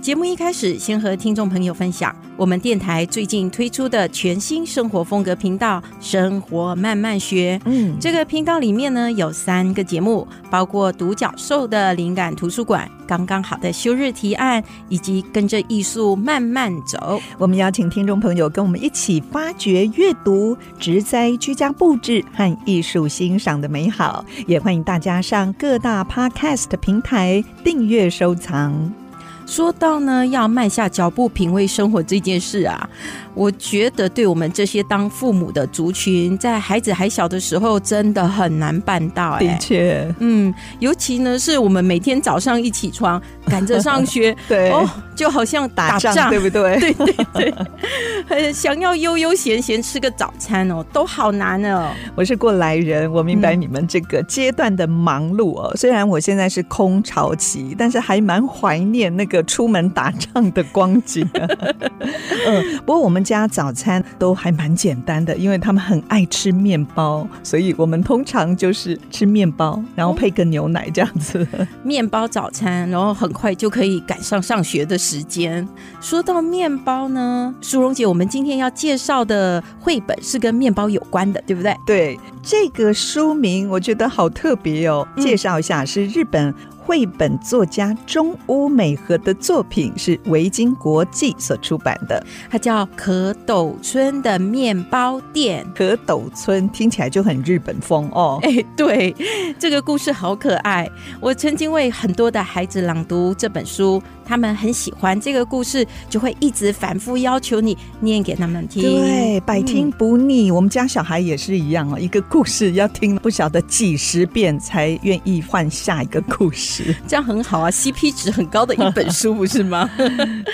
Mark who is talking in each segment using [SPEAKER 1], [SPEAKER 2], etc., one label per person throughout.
[SPEAKER 1] 节目一开始，先和听众朋友分享我们电台最近推出的全新生活风格频道“生活慢慢学”。
[SPEAKER 2] 嗯，
[SPEAKER 1] 这个频道里面呢有三个节目，包括独角兽的灵感图书馆、刚刚好的休日提案，以及跟着艺术慢慢走。
[SPEAKER 2] 我们邀请听众朋友跟我们一起发掘阅读、植栽、居家布置和艺术欣赏的美好，也欢迎大家上各大 Podcast 平台订阅收藏。
[SPEAKER 1] 说到呢，要慢下脚步品味生活这件事啊，我觉得对我们这些当父母的族群，在孩子还小的时候，真的很难办到、欸。
[SPEAKER 2] 的确，，
[SPEAKER 1] 嗯，尤其呢，是我们每天早上一起床，赶着上学
[SPEAKER 2] 对
[SPEAKER 1] 哦，就好像
[SPEAKER 2] 打
[SPEAKER 1] 打
[SPEAKER 2] 仗对不 对？
[SPEAKER 1] 对对对，呃 想要悠悠闲闲吃个早餐哦，都好难哦。
[SPEAKER 2] 我是过来人，我明白你们这个阶段的忙碌哦。虽然我现在是空巢期，但是还蛮怀念那个出门打仗的光景、嗯，不过我们家早餐都还蛮简单的，因为他们很爱吃面包，所以我们通常就是吃面包，然后配个牛奶这样子。
[SPEAKER 1] 面包早餐，然后很快就可以赶上上学的时间。说到面包呢，苏荣姐，我们今天要介绍的绘本是跟面包有关的，对不对？
[SPEAKER 2] 对，这个书名我觉得好特别哦，
[SPEAKER 1] 嗯
[SPEAKER 2] 介绍一下，是日本绘本作家中屋美和的作品，是维京国际所出版的。
[SPEAKER 1] 它叫可斗村的面包店。
[SPEAKER 2] 可斗村听起来就很日本风哦。
[SPEAKER 1] 哎，对，这个故事好可爱。我曾经为很多的孩子朗读这本书，他们很喜欢这个故事，就会一直反复要求你念给他们听。嗯
[SPEAKER 2] 对，百听不腻。我们家小孩也是一样哦，一个故事要听不晓得几十遍才愿意换下一个故事。
[SPEAKER 1] 这样很好啊，CP 值很高的一本书，不是吗？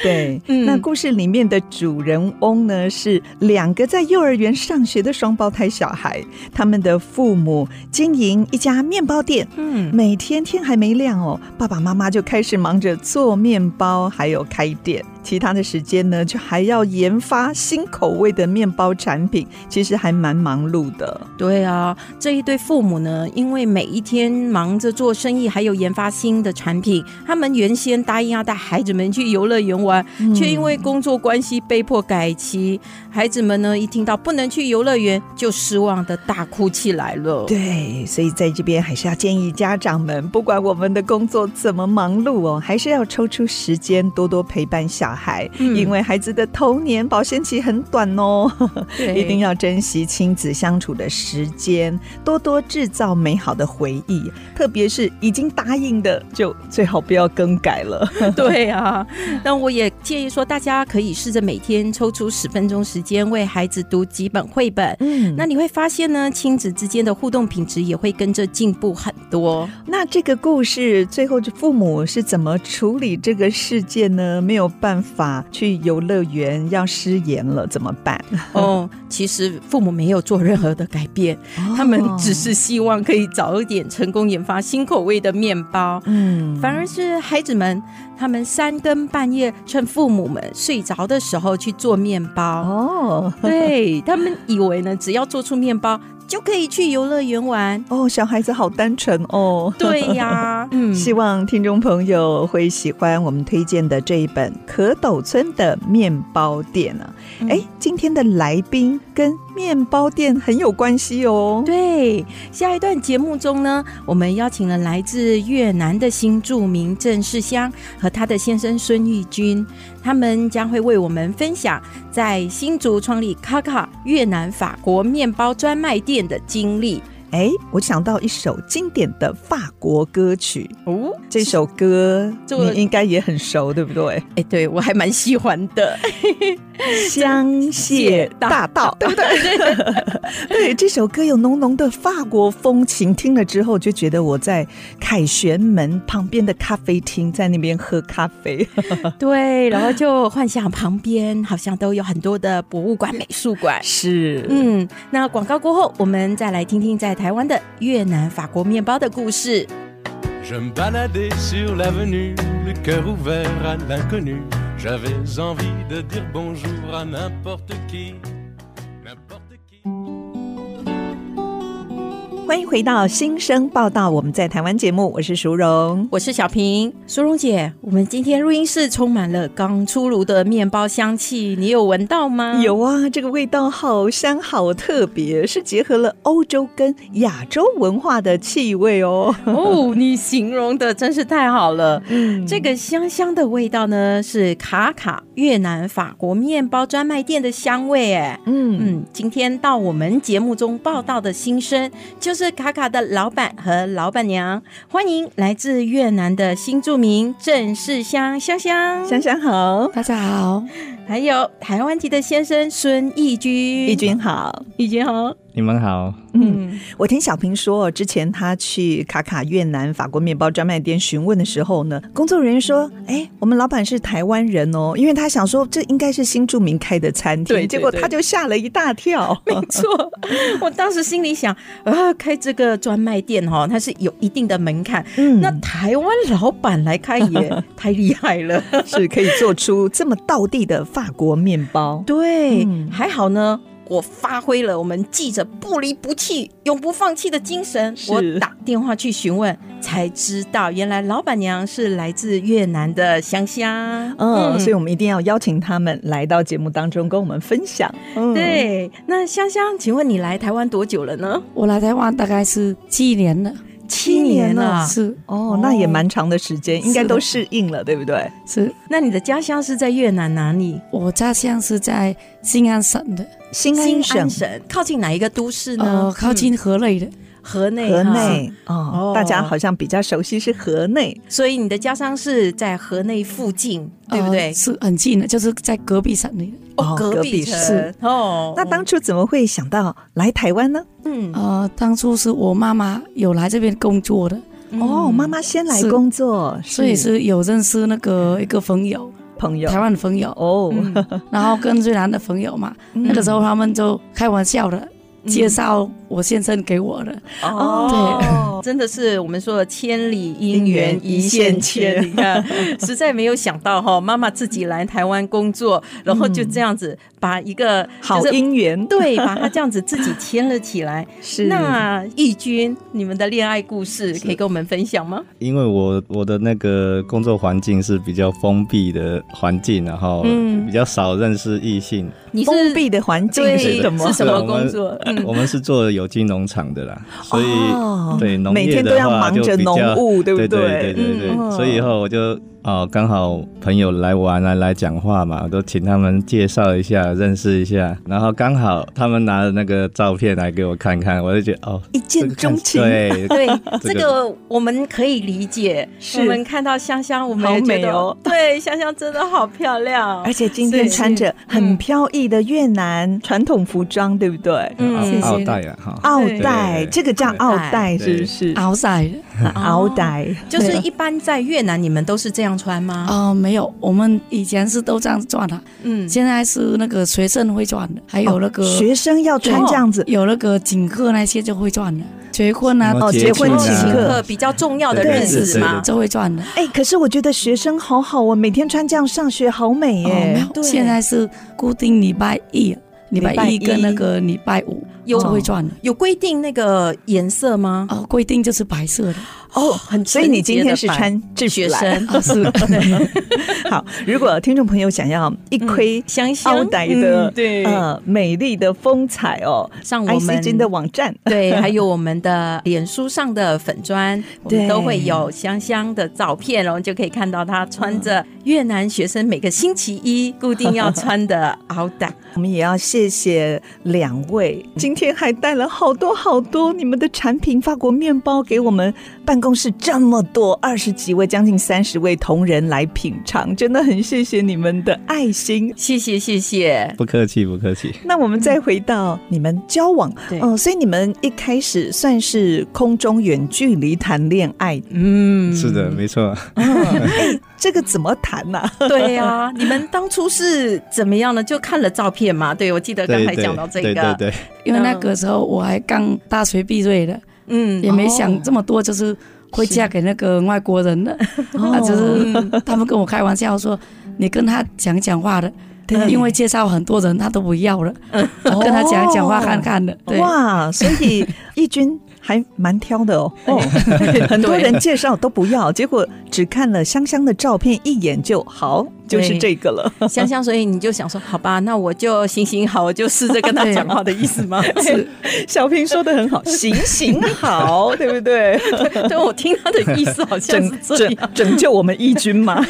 [SPEAKER 2] 对，
[SPEAKER 1] 嗯
[SPEAKER 2] 那故事里面的主人翁呢是两个在幼儿园上学的双胞胎小孩，他们的父母经营一家面包店，
[SPEAKER 1] 嗯，
[SPEAKER 2] 每天天还没亮哦，爸爸妈妈就开始忙着做面包，还有开店。其他的时间呢，就还要研发新口味的面包产品，其实还蛮忙碌的。
[SPEAKER 1] 对啊，这一对父母呢，因为每一天忙着做生意，还有研发新的产品，他们原先答应要带孩子们去游乐园玩，
[SPEAKER 2] 嗯
[SPEAKER 1] 却因为工作关系被迫改期。孩子们呢，一听到不能去游乐园，就失望的大哭起来了。
[SPEAKER 2] 对，所以在这边还是要建议家长们，不管我们的工作怎么忙碌哦，还是要抽出时间多多陪伴小孩，
[SPEAKER 1] 嗯
[SPEAKER 2] 因为孩子的童年保鲜期很短哦。
[SPEAKER 1] 对，
[SPEAKER 2] 一定要珍惜亲子相处的时间，多多制造美好的回忆。特别是已经答应的，就最好不要更改了。
[SPEAKER 1] 对啊，那我也建议说，大家可以试着每天抽出十分钟时间，为孩子读几本绘本。
[SPEAKER 2] 嗯
[SPEAKER 1] 那
[SPEAKER 2] 那
[SPEAKER 1] 你会发现呢，亲子之间的互动品质也会跟着进步很多。
[SPEAKER 2] 那这个故事最后，父母是怎么处理这个事件呢？没有办法去游乐园，要失言了，怎么办？
[SPEAKER 1] 哦，其实父母没有做任何的改变，
[SPEAKER 2] 哦
[SPEAKER 1] 他们只是希望可以早一点成功研发新口味的面包。
[SPEAKER 2] 嗯
[SPEAKER 1] 反而是孩子们，他们三更半夜趁父母们睡着的时候去做面包，
[SPEAKER 2] 哦。。
[SPEAKER 1] 对他们以为呢，只要做出面包就可以去游乐园玩
[SPEAKER 2] 哦，小孩子好单纯哦。
[SPEAKER 1] 对呀，嗯，
[SPEAKER 2] 希望听众朋友会喜欢我们推荐的这一本《可斗村的面包店》啊。
[SPEAKER 1] 嗯
[SPEAKER 2] 哎，今天的来宾跟面包店很有关系哦。
[SPEAKER 1] 对，下一段节目中呢，我们邀请了来自越南的新著名郑世香和他的先生孙玉军，他们将会为我们分享在新竹创立卡卡越南法国面包专卖店的经历。
[SPEAKER 2] 哎，我想到一首经典的法国歌曲，
[SPEAKER 1] 哦，
[SPEAKER 2] 这首歌
[SPEAKER 1] 这个
[SPEAKER 2] 你应该也很熟，对不对？
[SPEAKER 1] 哎，对我还蛮喜欢的。
[SPEAKER 2] 香榭大道，对不对？对，这首歌有浓浓的法国风情，听了之后就觉得我在凯旋门旁边的咖啡厅，在那边喝咖啡。
[SPEAKER 1] 对，然后就幻想旁边好像都有很多的博物馆、美术馆。
[SPEAKER 2] 是
[SPEAKER 1] 嗯，那广告过后，我们再来听听在台湾的越南法国面包的故事。
[SPEAKER 3] Je me baladais sur l'avenue, le cœur ouvert à l'inconnu. J'avais envie de dire bonjour à n'importe qui. N'importe qui.
[SPEAKER 2] 欢迎回到新生报道，我们在台湾节目，我是淑荣。
[SPEAKER 1] 我是小平，苏荣姐，我们今天录音室充满了刚出炉的面包香气，你有闻到吗？，
[SPEAKER 2] 有啊，这个味道好香，好特别，是结合了欧洲跟亚洲文化的气味 哦。
[SPEAKER 1] 哦，你形容的真是太好了。嗯，这个香香的味道呢，是卡卡越南法国面包专卖店的香味，哎。
[SPEAKER 2] 嗯，
[SPEAKER 1] 嗯，今天到我们节目中报道的新生，就是卡卡的老板和老板娘。欢迎来自越南的新著名郑世香香香，
[SPEAKER 2] 想想好，
[SPEAKER 4] 大家好，
[SPEAKER 1] 还有台湾籍的先生孙义居，
[SPEAKER 2] 义军好。
[SPEAKER 1] 义军好，
[SPEAKER 5] 你们好，
[SPEAKER 1] 嗯，
[SPEAKER 2] 我听小平说，之前他去卡卡越南法国面包专卖店询问的时候呢，工作人员说：“哎，我们老板是台湾人哦，因为他想说这应该是新住民开的餐厅，
[SPEAKER 1] 对对
[SPEAKER 2] 结果
[SPEAKER 1] 对
[SPEAKER 2] 他就吓了一大跳。
[SPEAKER 1] 没 错。我当时心里想，啊，开这个专卖店哦，它是有一定的门槛。
[SPEAKER 2] 嗯
[SPEAKER 1] 那台湾老板来开也 太厉害了。
[SPEAKER 2] 是可以做出这么道地的法国面包。
[SPEAKER 1] 对，
[SPEAKER 2] 嗯
[SPEAKER 1] 还好呢，我发挥了我们记者不离不弃、永不放弃的精神。
[SPEAKER 2] 是
[SPEAKER 1] 我打电话去询问，才知道原来老板娘是来自越南的香香。
[SPEAKER 2] 嗯，所以我们一定要邀请他们来到节目当中跟我们分享。嗯，
[SPEAKER 1] 对，那香香，请问你来台湾多久了呢？
[SPEAKER 4] 我来台湾大概是七年了，
[SPEAKER 1] 七年了啊
[SPEAKER 4] 是
[SPEAKER 2] 哦，那也蛮长的时间，应该都适应了，对不对？
[SPEAKER 4] 是，
[SPEAKER 1] 那你的家乡是在越南哪里？
[SPEAKER 4] 我家乡是在新安省的，
[SPEAKER 2] 新安
[SPEAKER 1] 新
[SPEAKER 2] 省哦
[SPEAKER 1] 安省靠近哪一个都市呢？
[SPEAKER 4] 呃，靠近河内的，
[SPEAKER 1] 嗯河内。
[SPEAKER 2] 河
[SPEAKER 1] 哈，
[SPEAKER 2] 内哦
[SPEAKER 1] 哦，
[SPEAKER 2] 大家好像比较熟悉是河内。
[SPEAKER 1] 所以你的家乡是在河内附近，对不
[SPEAKER 4] 呃
[SPEAKER 1] 对？
[SPEAKER 4] 是很近的，就是在隔壁省里的。
[SPEAKER 2] 哦
[SPEAKER 1] 隔
[SPEAKER 2] 隔
[SPEAKER 1] 壁
[SPEAKER 2] 壁
[SPEAKER 1] 城
[SPEAKER 4] 是
[SPEAKER 1] 哦。
[SPEAKER 2] 那当初怎么会想到来台湾呢？
[SPEAKER 1] 嗯
[SPEAKER 4] 呃，当初是我妈妈有来这边工作的，
[SPEAKER 1] 嗯
[SPEAKER 2] 哦，妈妈先来
[SPEAKER 4] 是
[SPEAKER 2] 工作，
[SPEAKER 4] 所以是有认识那个一个朋友，
[SPEAKER 2] 朋友
[SPEAKER 4] 台湾的朋友，
[SPEAKER 2] 哦，
[SPEAKER 1] 嗯
[SPEAKER 2] 嗯
[SPEAKER 4] 然后跟越南的朋友嘛，那个时候他们就开玩笑的
[SPEAKER 1] 嗯
[SPEAKER 4] 介绍我先生给我的，
[SPEAKER 1] 哦，真的是我们说的千里姻缘一线牵，你看，实在没有想到哈、妈妈自己来台湾工作，然后就这样子把一个、
[SPEAKER 2] 好
[SPEAKER 1] 就是
[SPEAKER 2] 姻缘，
[SPEAKER 1] 对，把她这样子自己牵了起来。
[SPEAKER 2] 是
[SPEAKER 1] 那义军，你们的恋爱故事可以跟我们分享吗？
[SPEAKER 5] 因为我我的那个工作环境是比较封闭的环境，然后
[SPEAKER 1] 嗯
[SPEAKER 5] 比较少认识异性。
[SPEAKER 1] 你
[SPEAKER 2] 封
[SPEAKER 1] 是
[SPEAKER 2] 闭的环境
[SPEAKER 1] 对
[SPEAKER 2] 是什么
[SPEAKER 1] 是？什么
[SPEAKER 5] 对我们
[SPEAKER 1] 工作嗯
[SPEAKER 5] 我们是做有机农场的啦，所以、
[SPEAKER 2] 哦
[SPEAKER 5] 对农
[SPEAKER 2] 每
[SPEAKER 5] 业
[SPEAKER 2] 天
[SPEAKER 5] 的
[SPEAKER 2] 都要
[SPEAKER 5] 话
[SPEAKER 2] 忙
[SPEAKER 5] 就
[SPEAKER 2] 着
[SPEAKER 5] 比
[SPEAKER 2] 农
[SPEAKER 5] 较
[SPEAKER 2] 务，对
[SPEAKER 5] 对
[SPEAKER 2] 不
[SPEAKER 5] 对对对对，
[SPEAKER 2] 嗯
[SPEAKER 5] 所以以后我就哦刚好朋友来玩啊来讲话嘛，我都请他们介绍一下认识一下，然后刚好他们拿了那个照片来给我看看，我就觉得哦
[SPEAKER 2] 一见钟情
[SPEAKER 5] 这个看 起来对
[SPEAKER 1] 对，这
[SPEAKER 5] 这个
[SPEAKER 1] 个我们可以理解。
[SPEAKER 2] 是
[SPEAKER 1] 我们看到香香，我们也
[SPEAKER 2] 好
[SPEAKER 1] 觉
[SPEAKER 2] 美
[SPEAKER 1] 得
[SPEAKER 2] 哦
[SPEAKER 1] 对，香香真的好漂亮，
[SPEAKER 2] 而且今天
[SPEAKER 1] 是
[SPEAKER 2] 穿着很飘逸的越南传统服装，对不对？
[SPEAKER 1] 嗯
[SPEAKER 5] 奥
[SPEAKER 4] 谢谢
[SPEAKER 5] 奥黛啊哈。
[SPEAKER 2] 奥黛，
[SPEAKER 5] 对
[SPEAKER 2] 这个叫奥黛，
[SPEAKER 5] 对
[SPEAKER 2] 是不
[SPEAKER 1] 嗯
[SPEAKER 2] 是？
[SPEAKER 4] 熬仔
[SPEAKER 1] 啊
[SPEAKER 4] 的。
[SPEAKER 2] 奥黛
[SPEAKER 1] 就是一般在越南，你们都是这样穿吗？
[SPEAKER 4] 啊、没有，我们以前是都这样转的，
[SPEAKER 1] 哦嗯，
[SPEAKER 4] 现在是那个学生会转的，还有那个、
[SPEAKER 1] 哦
[SPEAKER 2] 学生要穿这样子，
[SPEAKER 4] 有那个请客那些就会转的，结婚啊
[SPEAKER 5] 什
[SPEAKER 2] 哦
[SPEAKER 5] 么
[SPEAKER 2] 结婚
[SPEAKER 5] 请
[SPEAKER 2] 请客
[SPEAKER 5] 客
[SPEAKER 1] 呃，比较重要的
[SPEAKER 5] 对
[SPEAKER 1] 日子
[SPEAKER 5] 对
[SPEAKER 1] 嘛。
[SPEAKER 4] 就会转的。哦
[SPEAKER 2] 哎，可是我觉得学生好好哦，每天穿这样上学好美
[SPEAKER 4] 哦，没
[SPEAKER 2] 耶。
[SPEAKER 4] 有，现在是固定礼拜一、礼
[SPEAKER 2] 拜一
[SPEAKER 4] 拜一跟那个礼拜五
[SPEAKER 1] 有
[SPEAKER 4] 就会转的。哦
[SPEAKER 1] 有规定那个颜色吗？
[SPEAKER 4] 哦，规定就是白色的，
[SPEAKER 2] 哦，
[SPEAKER 1] 很
[SPEAKER 2] 所以你今天是
[SPEAKER 1] 纯洁
[SPEAKER 2] 穿制服
[SPEAKER 4] 学
[SPEAKER 2] 来
[SPEAKER 4] 生是，
[SPEAKER 2] 好，如果听众朋友想要一窥
[SPEAKER 1] 嗯香香
[SPEAKER 2] 奥黛的、
[SPEAKER 1] 嗯对
[SPEAKER 2] 呃美丽的风采哦，
[SPEAKER 1] 上我们
[SPEAKER 2] IC 君的网站。
[SPEAKER 1] 对，还有我们的脸书上的粉砖，我
[SPEAKER 2] 对
[SPEAKER 1] 们都会有香香的照片，然后就可以看到她穿着越南学生每个星期一固定要穿 的袄带。
[SPEAKER 2] 我们也要谢谢两位，今天还带了好多好多你们的产品，法国面包给我们办公室这么多二十几位，将近三十位同仁来品尝，真的很谢谢你们的爱心。
[SPEAKER 1] 谢谢，谢谢。
[SPEAKER 5] 不客气，不客气。
[SPEAKER 2] 那我们再回到你们交往，
[SPEAKER 1] 对
[SPEAKER 2] 嗯、所以你们一开始算是空中远距离谈恋爱，
[SPEAKER 1] 嗯，
[SPEAKER 5] 是的，没错。
[SPEAKER 2] 这个怎么谈呢、
[SPEAKER 1] 对啊，你们当初是怎么样呢？就看了照片嘛？对，我记得刚
[SPEAKER 5] 对
[SPEAKER 1] 才
[SPEAKER 5] 对
[SPEAKER 1] 讲到这
[SPEAKER 5] 对对
[SPEAKER 1] 个，
[SPEAKER 5] 对，
[SPEAKER 4] 因为那个时候我还刚大学毕业的，
[SPEAKER 1] 嗯
[SPEAKER 4] 也没想这么多，就是会嫁给那个外国人的，
[SPEAKER 2] 哦
[SPEAKER 4] 啊，
[SPEAKER 1] 嗯
[SPEAKER 4] 就是他们跟我开玩笑说，你跟他讲讲话的，因为介绍很多人他都不要了，
[SPEAKER 2] 嗯
[SPEAKER 4] 啊跟他讲讲
[SPEAKER 2] 哦
[SPEAKER 4] 话看看的，对，
[SPEAKER 2] 哇，所以义军还蛮挑 的哦，哦很多人介绍都不要，结果只看了香香的照片一眼就好，就是
[SPEAKER 1] 对
[SPEAKER 2] 这个了。
[SPEAKER 1] 香香，所以你就想说，好吧，那我就行行好，我就试着跟他讲话的意思 吗？是，
[SPEAKER 2] 小平说的很好，行行好，对不 对？
[SPEAKER 1] 对我听他的意思好像是
[SPEAKER 2] 拯
[SPEAKER 1] 这
[SPEAKER 2] 拯
[SPEAKER 1] 样。
[SPEAKER 2] 拯救我们义军 嘛，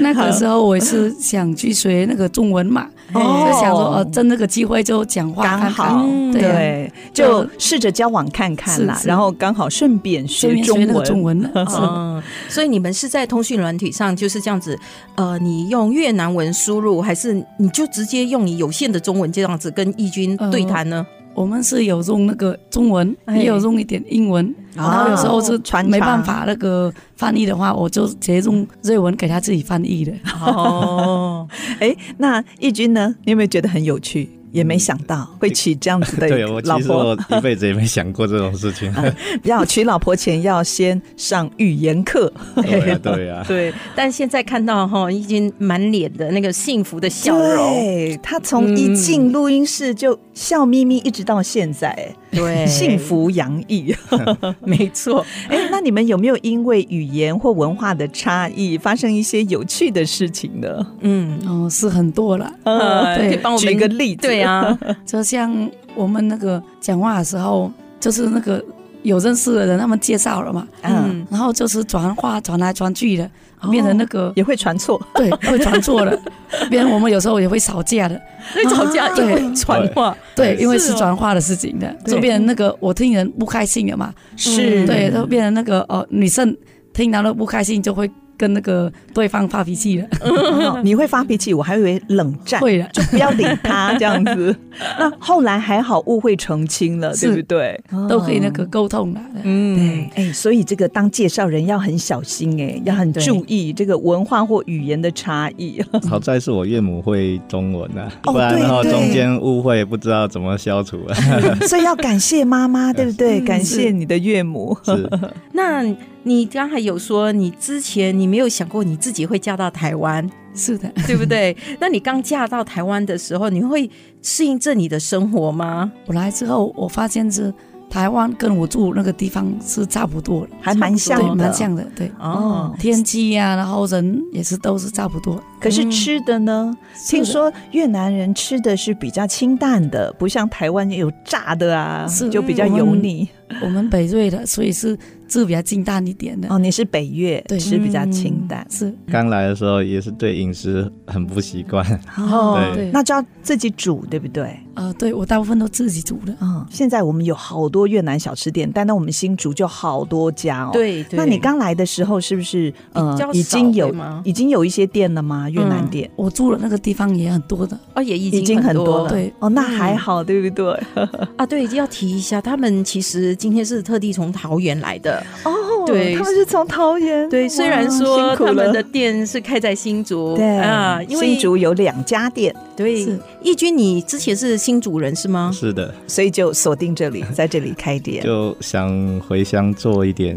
[SPEAKER 4] 那个时候我是想去学那个中文嘛，
[SPEAKER 2] 哦
[SPEAKER 4] 就想说哦，趁这个机会就讲话
[SPEAKER 2] 刚
[SPEAKER 4] 看
[SPEAKER 2] 好嗯
[SPEAKER 4] 看，对啊，
[SPEAKER 2] 对，就试着交往看看啦
[SPEAKER 4] 是，是
[SPEAKER 2] 然后刚好顺便
[SPEAKER 4] 顺
[SPEAKER 2] 学
[SPEAKER 4] 便
[SPEAKER 2] 中
[SPEAKER 4] 学那个
[SPEAKER 2] 文，
[SPEAKER 4] 中文了，是
[SPEAKER 1] 嗯，所以你们是在通讯软体上就是这样子，呃，你用越南文输入，还是你就直接用你有限的中文这样子跟义军对谈呢？
[SPEAKER 4] 我们是有用那个中文，
[SPEAKER 1] 哎
[SPEAKER 4] 也有用一点英文，
[SPEAKER 2] 哦
[SPEAKER 4] 然后有时候是
[SPEAKER 2] 穿插
[SPEAKER 4] 没办法那个翻译的话，我就直接用日文给他自己翻译的。
[SPEAKER 1] 哦，
[SPEAKER 2] 哎，那义军呢？你有没有觉得很有趣？也没想到会娶这样子的
[SPEAKER 5] 对我
[SPEAKER 2] 老
[SPEAKER 5] 其实
[SPEAKER 2] 婆
[SPEAKER 5] 我，一辈子也没想过这种事 情。
[SPEAKER 2] 要娶老婆前要先上语言课，
[SPEAKER 5] 对呀，对啊呀。
[SPEAKER 2] 啊 对
[SPEAKER 1] 但现在看到哈，义军满脸的那个幸福的笑容，
[SPEAKER 2] 对，他从一进录音室就笑眯眯，一直到现在，
[SPEAKER 1] 嗯对
[SPEAKER 2] 幸，福洋 溢。
[SPEAKER 1] 没错。
[SPEAKER 2] 哎，那你们有没有因为语言或文化的差异发生一些有趣的事情呢？嗯
[SPEAKER 1] 嗯，
[SPEAKER 4] 哦，是很多了，
[SPEAKER 1] 呃，可以帮我
[SPEAKER 2] 举
[SPEAKER 1] 们
[SPEAKER 2] 一个例子，
[SPEAKER 1] 对，啊，
[SPEAKER 4] 就像我们那个讲话的时候，就是那个有认识的人，他们介绍了嘛，
[SPEAKER 2] 嗯，
[SPEAKER 1] 嗯，
[SPEAKER 4] 然后就是传话传来传去的，变成那个
[SPEAKER 2] 也会传错，
[SPEAKER 4] 对会传错的，变成我们有时候也会吵架的，
[SPEAKER 1] 会吵架，
[SPEAKER 4] 啊
[SPEAKER 1] 因为
[SPEAKER 4] 对
[SPEAKER 1] 传话，
[SPEAKER 4] 对，因为
[SPEAKER 1] 是
[SPEAKER 4] 是
[SPEAKER 1] 哦
[SPEAKER 4] 转化的事情的，
[SPEAKER 2] 对嗯
[SPEAKER 4] 就变成那个我听人不开心了嘛，
[SPEAKER 2] 是
[SPEAKER 4] 对，就变成那个哦、呃女生听到了不开心就会跟那个对方发 脾气了，
[SPEAKER 2] 哦你会发脾气，我还以为冷战，
[SPEAKER 4] 会了。
[SPEAKER 2] 就不要理他这样 子。那后来还好，误会澄清了，
[SPEAKER 4] 是
[SPEAKER 2] 对不对？
[SPEAKER 4] 都可以那个沟通了。
[SPEAKER 1] 嗯
[SPEAKER 2] 哦对，，哎、所以这个当介绍人要很小心、哎，要很
[SPEAKER 1] 对
[SPEAKER 2] 注意这个文化或语言的差异。
[SPEAKER 5] 好在是我岳母会中文啊，
[SPEAKER 2] 哦
[SPEAKER 5] 不然的话
[SPEAKER 2] 对对
[SPEAKER 5] 中间误会不知道怎么消除 啊。
[SPEAKER 2] 所以要感谢妈 妈，对不对？感谢你的岳母。
[SPEAKER 5] 是，
[SPEAKER 1] 那你刚才有说，你之前你没有想过你自己会嫁到台湾，
[SPEAKER 4] 是的，
[SPEAKER 1] 对不对？那你刚嫁到台湾的时候，你会适应这里的生活吗？
[SPEAKER 4] 我来之后我发现是台湾跟我住那个地方是差不多的，
[SPEAKER 2] 还蛮像的
[SPEAKER 4] 对，蛮像的，对。
[SPEAKER 1] 哦，
[SPEAKER 4] 天气呀、然后人也是都是差不多。
[SPEAKER 2] 可是吃的呢？听
[SPEAKER 4] 是的
[SPEAKER 2] 说越南人吃的是比较清淡的，不像台湾有炸的啊，
[SPEAKER 4] 是
[SPEAKER 2] 就比较
[SPEAKER 4] 嗯
[SPEAKER 2] 油腻。
[SPEAKER 4] 我们北瑞的，所以是吃比较清淡一点的，
[SPEAKER 2] 哦，你是北越，
[SPEAKER 4] 对嗯
[SPEAKER 2] 吃比较清淡。
[SPEAKER 4] 是
[SPEAKER 5] 刚来的时候也是对饮食很不习惯，
[SPEAKER 2] 哦
[SPEAKER 5] 对，
[SPEAKER 2] 那就要自己煮，对不对？
[SPEAKER 4] 呃，对我大部分都自己煮的。
[SPEAKER 2] 嗯，现在我们有好多越南小吃店，但到我们新竹就好多家哦。，
[SPEAKER 1] 对对。
[SPEAKER 2] 那你刚来的时候是不是呃
[SPEAKER 1] 比较少
[SPEAKER 2] 已经有
[SPEAKER 1] 对吗
[SPEAKER 2] 已经有一些店了吗？越南店、
[SPEAKER 4] 我住的那个地方也很多的，
[SPEAKER 1] 哦也已
[SPEAKER 2] 已经很
[SPEAKER 1] 很
[SPEAKER 2] 多
[SPEAKER 1] 多嗯
[SPEAKER 2] 了，
[SPEAKER 4] 对
[SPEAKER 2] 哦，那还好，对不 对？
[SPEAKER 1] 啊，对，要提一下，他们其实今天是特地从桃园来的。
[SPEAKER 2] 哦，
[SPEAKER 1] 对
[SPEAKER 2] 他们是从桃园，
[SPEAKER 1] 对，
[SPEAKER 2] 哇
[SPEAKER 1] 虽然说
[SPEAKER 2] 辛苦
[SPEAKER 1] 他们
[SPEAKER 2] 了
[SPEAKER 1] 的店是开在新竹，
[SPEAKER 2] 对
[SPEAKER 1] 啊，因为
[SPEAKER 2] 新竹有两家店，
[SPEAKER 1] 对
[SPEAKER 4] 是
[SPEAKER 1] 义军，你之前是新竹人是吗？
[SPEAKER 5] 是的，
[SPEAKER 2] 所以就锁定这里，在这里开店。
[SPEAKER 5] 就想回乡做一点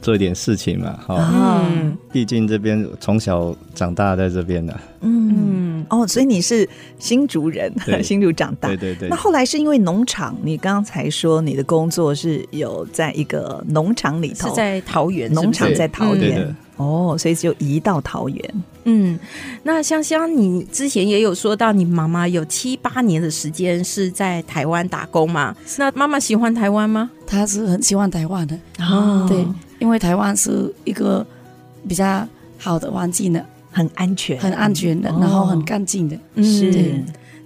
[SPEAKER 5] 做一点事情嘛，哈、
[SPEAKER 2] 啊
[SPEAKER 1] 嗯
[SPEAKER 5] 毕竟这边从小长大在这边的、啊
[SPEAKER 2] 嗯，
[SPEAKER 1] 嗯，
[SPEAKER 2] 嗯，哦，所以你是新竹人，
[SPEAKER 5] 对
[SPEAKER 2] 新竹长大
[SPEAKER 5] 对。对对
[SPEAKER 2] 那，后来是因为农场，你刚才说你的工作是有在一个农场里头，
[SPEAKER 1] 是在桃园
[SPEAKER 2] 农
[SPEAKER 1] 是不
[SPEAKER 2] 场
[SPEAKER 1] 是
[SPEAKER 2] 在桃
[SPEAKER 1] 嗯
[SPEAKER 5] 对
[SPEAKER 2] 园
[SPEAKER 5] 的，
[SPEAKER 2] 哦，所以就移到桃园。
[SPEAKER 1] 嗯，那香香，你之前也有说到，你妈妈有七八年的时间是在台湾打工嘛？那妈妈喜欢台湾吗？
[SPEAKER 4] 他是很喜欢台湾的，
[SPEAKER 1] 啊
[SPEAKER 2] 哦
[SPEAKER 4] 对，因为台湾是一个比较好的环境的，
[SPEAKER 2] 很安全，
[SPEAKER 4] 很安全的，
[SPEAKER 1] 嗯
[SPEAKER 2] 哦嗯
[SPEAKER 4] 然后很干净的，
[SPEAKER 2] 是
[SPEAKER 4] 对。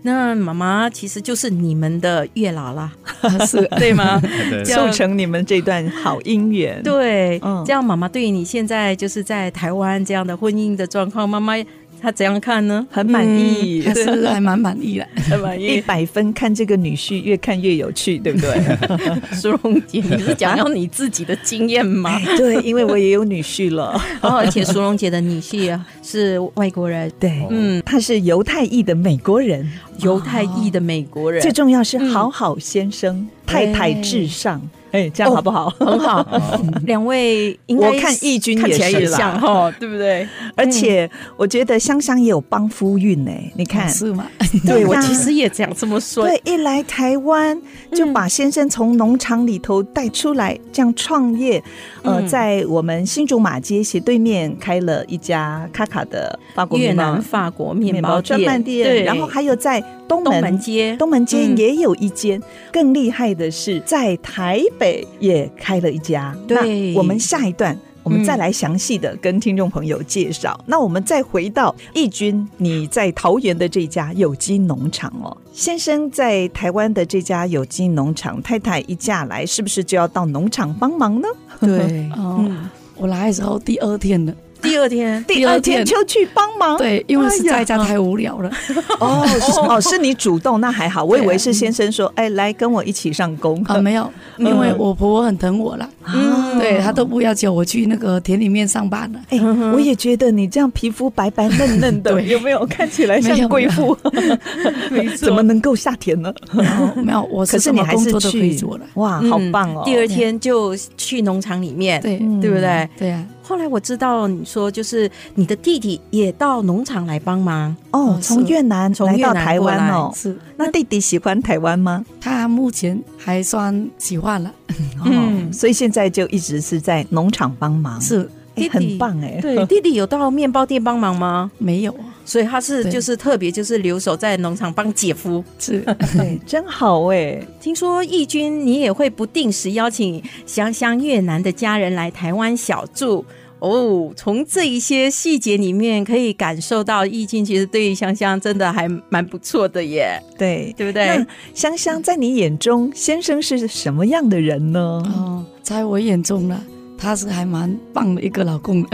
[SPEAKER 1] 那妈妈其实就是你们的月老啦，
[SPEAKER 4] 是
[SPEAKER 1] 对吗？
[SPEAKER 5] 对
[SPEAKER 1] 这
[SPEAKER 5] 对
[SPEAKER 1] 样
[SPEAKER 2] 促成你们这段好姻缘。，
[SPEAKER 1] 对，
[SPEAKER 2] 嗯
[SPEAKER 1] 这样妈妈对于你现在就是在台湾这样的婚姻的状况，妈妈她怎样看呢？
[SPEAKER 2] 嗯很满意，
[SPEAKER 4] 还是还蛮满意的。
[SPEAKER 1] 很满
[SPEAKER 2] 一
[SPEAKER 1] 意。
[SPEAKER 2] 百分，看这个女婿越看越有趣，对不对？
[SPEAKER 1] 苏荣姐，你是讲到你自己的经验 吗？
[SPEAKER 2] 对，因为我也有女婿了。
[SPEAKER 1] 哦，而且苏荣姐的女婿啊是外国人，
[SPEAKER 2] 对，哦
[SPEAKER 1] 嗯，
[SPEAKER 2] 他是犹太裔的美国人，
[SPEAKER 1] 犹太裔的美国人
[SPEAKER 2] 最，重要是
[SPEAKER 1] 嗯
[SPEAKER 2] 好好先生，太太至上。哎，这样好不好？
[SPEAKER 1] 很 好。两位应该
[SPEAKER 2] 我看义军
[SPEAKER 1] 看
[SPEAKER 2] 也
[SPEAKER 1] 起来
[SPEAKER 2] 是
[SPEAKER 1] 也
[SPEAKER 2] 啦
[SPEAKER 1] 像哈，对不对？
[SPEAKER 2] 而且我觉得香香也有帮夫运呢、你 看，
[SPEAKER 4] 是吗？
[SPEAKER 2] 对
[SPEAKER 1] 我
[SPEAKER 2] 呀
[SPEAKER 1] 其实也想这么说。
[SPEAKER 2] 对，一来台湾就把先生从农场里头带出来，这样创业。呃，
[SPEAKER 1] 嗯
[SPEAKER 2] 在我们新竹马街斜对面开了一家卡卡的法国
[SPEAKER 1] 越
[SPEAKER 2] 面包
[SPEAKER 1] 南、法国面
[SPEAKER 2] 面
[SPEAKER 1] 包
[SPEAKER 2] 包
[SPEAKER 1] 店，
[SPEAKER 2] 专卖店，
[SPEAKER 1] 对，
[SPEAKER 2] 然后还有在东
[SPEAKER 1] 东
[SPEAKER 2] 门
[SPEAKER 1] 门街，
[SPEAKER 2] 东门街
[SPEAKER 1] 嗯
[SPEAKER 2] 也有一间，更厉害的是在台北也开了一家。
[SPEAKER 1] 对
[SPEAKER 2] 那我们下一段。我们再来详细的跟听众朋友介绍。那我们再回到义军，你在桃园的这家有机农场哦，先生在台湾的这家有机农场，太太一嫁来，是不是就要到农场帮忙呢？嗯
[SPEAKER 1] 对
[SPEAKER 4] 哦，我来的时候第二天的，
[SPEAKER 1] 第二天，
[SPEAKER 2] 第
[SPEAKER 4] 第二
[SPEAKER 2] 二天
[SPEAKER 4] 天
[SPEAKER 2] 就去帮忙。
[SPEAKER 4] 对，因为是
[SPEAKER 2] 哎呀
[SPEAKER 4] 在家太无聊了，
[SPEAKER 2] 哦是哦，是你主动，那还好，我以为是先生说，哎，来跟我一起上工
[SPEAKER 4] 啊，没有，
[SPEAKER 2] 嗯
[SPEAKER 4] 因为我婆婆很疼我啦，
[SPEAKER 1] 嗯
[SPEAKER 4] 对她都不要求我去那个田里面上班 了。
[SPEAKER 2] 哎、我也觉得你这样皮肤白白嫩嫩的，
[SPEAKER 4] 对
[SPEAKER 2] 有没有看起来
[SPEAKER 4] 没
[SPEAKER 2] 像
[SPEAKER 4] 有
[SPEAKER 2] 贵妇？怎么能够下田呢？
[SPEAKER 4] 哦没有，我
[SPEAKER 2] 可
[SPEAKER 4] 是
[SPEAKER 2] 是
[SPEAKER 4] 什
[SPEAKER 2] 你
[SPEAKER 4] 么
[SPEAKER 2] 还
[SPEAKER 4] 工
[SPEAKER 2] 是
[SPEAKER 4] 作都可以
[SPEAKER 2] 去
[SPEAKER 4] 做的。
[SPEAKER 2] 哇，
[SPEAKER 1] 嗯
[SPEAKER 2] 好棒哦！
[SPEAKER 1] 第二天就去农场里面，
[SPEAKER 4] 对
[SPEAKER 2] 嗯
[SPEAKER 1] 对不对？
[SPEAKER 4] 对啊，
[SPEAKER 1] 后来我知道你说，就是你的弟弟也到农场来帮忙，
[SPEAKER 2] 哦，
[SPEAKER 4] 哦
[SPEAKER 2] 从
[SPEAKER 4] 是
[SPEAKER 2] 越南
[SPEAKER 1] 从
[SPEAKER 2] 来
[SPEAKER 1] 越
[SPEAKER 2] 到
[SPEAKER 1] 南
[SPEAKER 2] 台
[SPEAKER 1] 过
[SPEAKER 2] 湾
[SPEAKER 1] 来
[SPEAKER 2] 哦，
[SPEAKER 4] 是
[SPEAKER 2] 那弟弟喜欢台湾吗？
[SPEAKER 4] 她目前还算喜欢了，
[SPEAKER 1] 嗯
[SPEAKER 2] 哦，所以现在就一直是在农场帮忙，
[SPEAKER 4] 是
[SPEAKER 2] 哎、
[SPEAKER 1] 哦弟弟
[SPEAKER 2] 很棒哎、
[SPEAKER 1] 对，弟弟有到面包店帮忙吗？
[SPEAKER 4] 没有，
[SPEAKER 1] 所以他是
[SPEAKER 4] 对
[SPEAKER 1] 就是特别就是留守在农场帮姐夫。
[SPEAKER 4] 是
[SPEAKER 2] 对， 真好哎、
[SPEAKER 1] 听说义军你也会不定时邀请香香越南的家人来台湾小住哦。从这一些细节里面可以感受到，义军其实对于香香真的还蛮不错的耶，
[SPEAKER 2] 对。
[SPEAKER 1] 对不
[SPEAKER 2] 那
[SPEAKER 1] 对？
[SPEAKER 2] 香香，在你眼中，先生是什么样的人 呢？
[SPEAKER 4] 哦，在我眼中呢，她是还蛮棒的一个老 公的，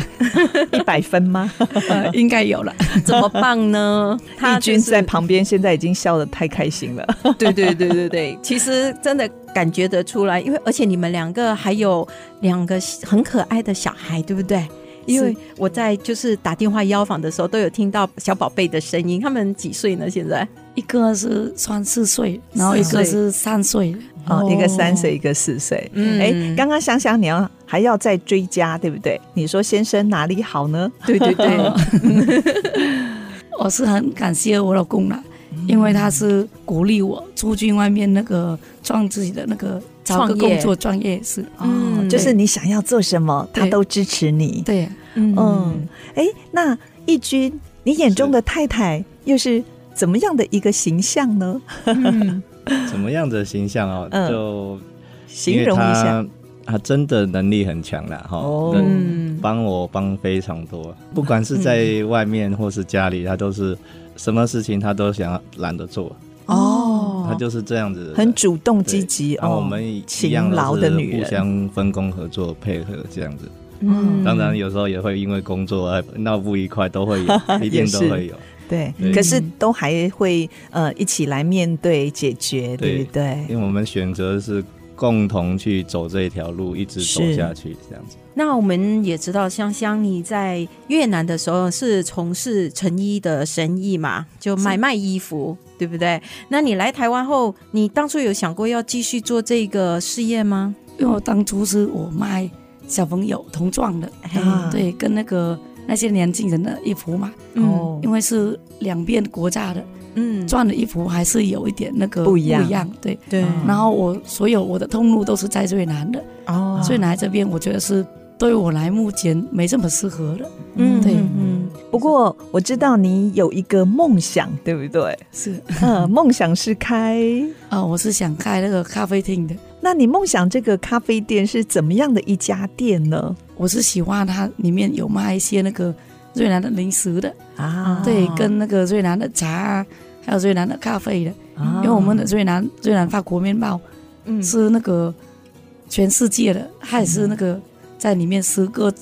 [SPEAKER 2] 一百分吗？
[SPEAKER 4] 呃应该有了。
[SPEAKER 1] 怎么办呢？
[SPEAKER 2] 哦义
[SPEAKER 1] 就
[SPEAKER 2] 军
[SPEAKER 1] 是
[SPEAKER 2] 在旁边，现在已经笑得太开心了。
[SPEAKER 1] 对对对对对，其实真的感觉得出来，因为而且你们两个还有两个很可爱的小孩，对不对？因为我在就是打电话邀访的时候，都有听到小宝贝的声音。他们几岁呢？现在
[SPEAKER 4] 一个是三四岁，然后一
[SPEAKER 1] 四岁
[SPEAKER 4] 个是三岁的，
[SPEAKER 2] 哦，一个三岁，
[SPEAKER 1] 哦
[SPEAKER 2] 一个四岁。
[SPEAKER 1] 嗯
[SPEAKER 2] 哎、刚刚想想你要还要再追加，对不对？你说先生哪里好呢？对对对，哦
[SPEAKER 4] 我是很感谢我老公啦，因为他是鼓励我出去外面那个创自己的那个找个
[SPEAKER 1] 创业
[SPEAKER 4] 工作创业是，
[SPEAKER 2] 哦，就是你想要做什么，
[SPEAKER 4] 对
[SPEAKER 2] 他都支持你。
[SPEAKER 4] 对，
[SPEAKER 2] 嗯，哎、那义军，你眼中的太太又是怎么样的一个形象呢？
[SPEAKER 5] 怎么样的形象哦？
[SPEAKER 2] 嗯
[SPEAKER 5] 就因
[SPEAKER 2] 形
[SPEAKER 5] 为
[SPEAKER 2] 容一下。
[SPEAKER 5] 他他真的能力很强啦，哈、
[SPEAKER 2] 哦
[SPEAKER 5] 能
[SPEAKER 1] 嗯
[SPEAKER 5] 帮我帮非常多，不管是在
[SPEAKER 2] 嗯
[SPEAKER 5] 外面或是家里，他都是什么事情他都想要懒得做，
[SPEAKER 1] 哦
[SPEAKER 5] 他就是这样子的，
[SPEAKER 2] 很主动
[SPEAKER 5] 对
[SPEAKER 2] 积极
[SPEAKER 5] 然
[SPEAKER 2] 哦，
[SPEAKER 5] 后我们一
[SPEAKER 2] 勤
[SPEAKER 5] 样都
[SPEAKER 2] 劳的
[SPEAKER 5] 是
[SPEAKER 2] 女
[SPEAKER 5] 互
[SPEAKER 2] 人，
[SPEAKER 5] 相分工合作配合这样子。
[SPEAKER 1] 嗯
[SPEAKER 5] 当然有时候也会因为工作而闹不愉快，都会有，一定都会有。
[SPEAKER 2] 对，
[SPEAKER 5] 对
[SPEAKER 2] 可是都还会呃一起来面对解决，
[SPEAKER 5] 对
[SPEAKER 2] 对不对？
[SPEAKER 5] 因为我们选择是共同去走这一条路，一直走
[SPEAKER 2] 是
[SPEAKER 5] 下去这样子。
[SPEAKER 1] 那我们也知道，香香你在越南的时候是从事成衣的生意嘛，就买卖衣服，对不对？那你来台湾后，你当初有想过要继续做这个事业吗？
[SPEAKER 4] 因为我当初是我卖小朋友童装的，
[SPEAKER 1] 嘿
[SPEAKER 2] 啊
[SPEAKER 4] 对，跟那个那些年轻人的衣服嘛，
[SPEAKER 1] 嗯
[SPEAKER 4] 因为是两边国家的，
[SPEAKER 1] 嗯，
[SPEAKER 4] 哦赚的衣服还是有一点那个
[SPEAKER 2] 不一样嗯
[SPEAKER 4] 不一样，对。
[SPEAKER 2] 对
[SPEAKER 4] 然后我所有我的通路都是在越南的，
[SPEAKER 1] 哦
[SPEAKER 4] 所以来这边我觉得是对我来目前没这么适合的，
[SPEAKER 1] 嗯
[SPEAKER 4] 对
[SPEAKER 1] 嗯
[SPEAKER 2] 不过我知道你有一个梦想，对不 对？
[SPEAKER 4] 是
[SPEAKER 2] 嗯，梦想是开。
[SPEAKER 4] 啊、我是想开那个咖啡厅的，
[SPEAKER 2] 那你梦想这个咖啡店是怎么样的一家店呢？
[SPEAKER 4] 我是喜欢它里面有卖一些那个越南的零食的，
[SPEAKER 2] 啊
[SPEAKER 4] 对，跟那个越南的茶啊，还有越南的咖啡的，
[SPEAKER 2] 啊
[SPEAKER 4] 因为我们的越南越南法国面包
[SPEAKER 1] 嗯
[SPEAKER 4] 是那个全世界的，它也是那
[SPEAKER 2] 嗯
[SPEAKER 4] 个在里面十个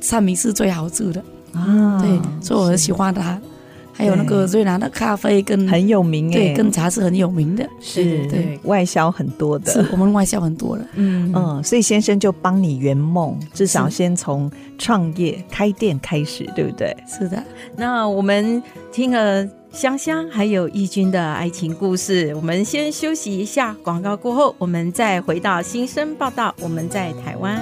[SPEAKER 4] 三明治最好吃的，
[SPEAKER 2] 啊
[SPEAKER 4] 对，所以我很喜欢它。还有那个越南的咖啡跟
[SPEAKER 2] 很有名哎、
[SPEAKER 4] 对跟茶是很有名的，
[SPEAKER 2] 是
[SPEAKER 4] 对
[SPEAKER 2] 外销很多的，
[SPEAKER 4] 是我们外销很多的，
[SPEAKER 1] 嗯嗯
[SPEAKER 2] 嗯，所以先生就帮你圆梦，至少
[SPEAKER 4] 是
[SPEAKER 2] 先从创业开店开始，对不对？
[SPEAKER 4] 是的，
[SPEAKER 1] 那我们听了香香还有义军的爱情故事，我们先休息一下，广告过后我们再回到新生报道，我们在台湾。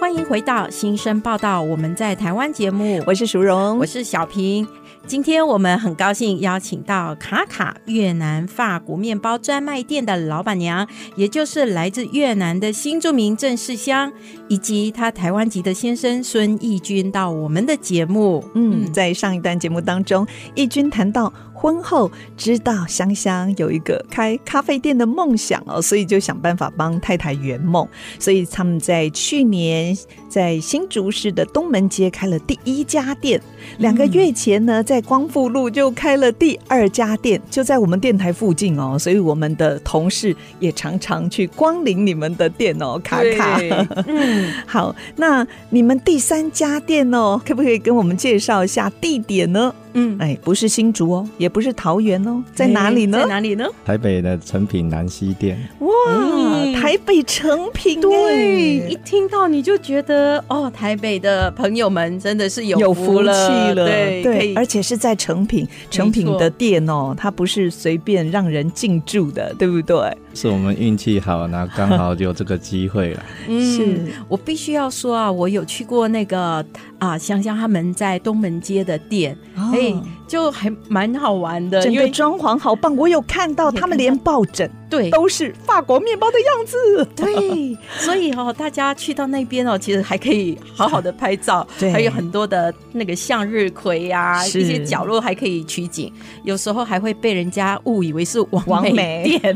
[SPEAKER 1] 欢迎回到新生报道，我们在台湾节目，
[SPEAKER 2] 我是淑荣，
[SPEAKER 1] 我是小平。今天我们很高兴邀请到卡卡越南法国面包专卖店的老板娘，也就是来自越南的新著名郑世香，以及她台湾籍的先生孙义军到我们的节目。
[SPEAKER 2] 嗯，在上一段节目当中，义军谈到婚后知道香香有一个开咖啡店的梦想哦，所以就想办法帮太太圆梦。所以他们在去年在新竹市的东门街开了第一家店，两个月前呢，在光复路就开了第二家店，就在我们电台附近哦。所以我们的同事也常常去光临你们的店哦，卡卡。
[SPEAKER 1] 嗯，
[SPEAKER 2] 好，那你们第三家店哦，可不可以跟我们介绍一下地点呢？
[SPEAKER 1] 嗯
[SPEAKER 2] 哎，不是新竹哦，也不是桃园哦，在哪里呢
[SPEAKER 1] 哎在？哪里呢？
[SPEAKER 5] 台北的成品南西店，
[SPEAKER 2] 哇，
[SPEAKER 1] 嗯
[SPEAKER 2] 台北成品哎
[SPEAKER 1] 对，一听到你就觉得哦，台北的朋友们真的是
[SPEAKER 2] 有
[SPEAKER 1] 福
[SPEAKER 2] 气了，
[SPEAKER 1] 对，可以
[SPEAKER 2] 而且是在成品，成品的店哦，它不是随便让人进驻的，对不对？
[SPEAKER 5] 是我们运气好，然后刚好有这个机 会 了。
[SPEAKER 1] 嗯，我必须要说啊，我有去过那个啊，香香他们在东门街的店，
[SPEAKER 2] 哦
[SPEAKER 1] 哎、就还蛮好玩的，
[SPEAKER 2] 整
[SPEAKER 1] 因
[SPEAKER 2] 个
[SPEAKER 1] 为
[SPEAKER 2] 装潢好棒，我有看到他们连抱枕
[SPEAKER 1] 对
[SPEAKER 2] 都是法国面包的样子，
[SPEAKER 1] 对，所以哦，大家去到那边哦，其实还可以好好的拍照，
[SPEAKER 2] 对
[SPEAKER 1] 还有很多的那个向日葵呀、
[SPEAKER 2] 是
[SPEAKER 1] 一些角落还可以取景，有时候还会被人家误以为是王
[SPEAKER 2] 王
[SPEAKER 1] 美
[SPEAKER 2] 美
[SPEAKER 1] 店。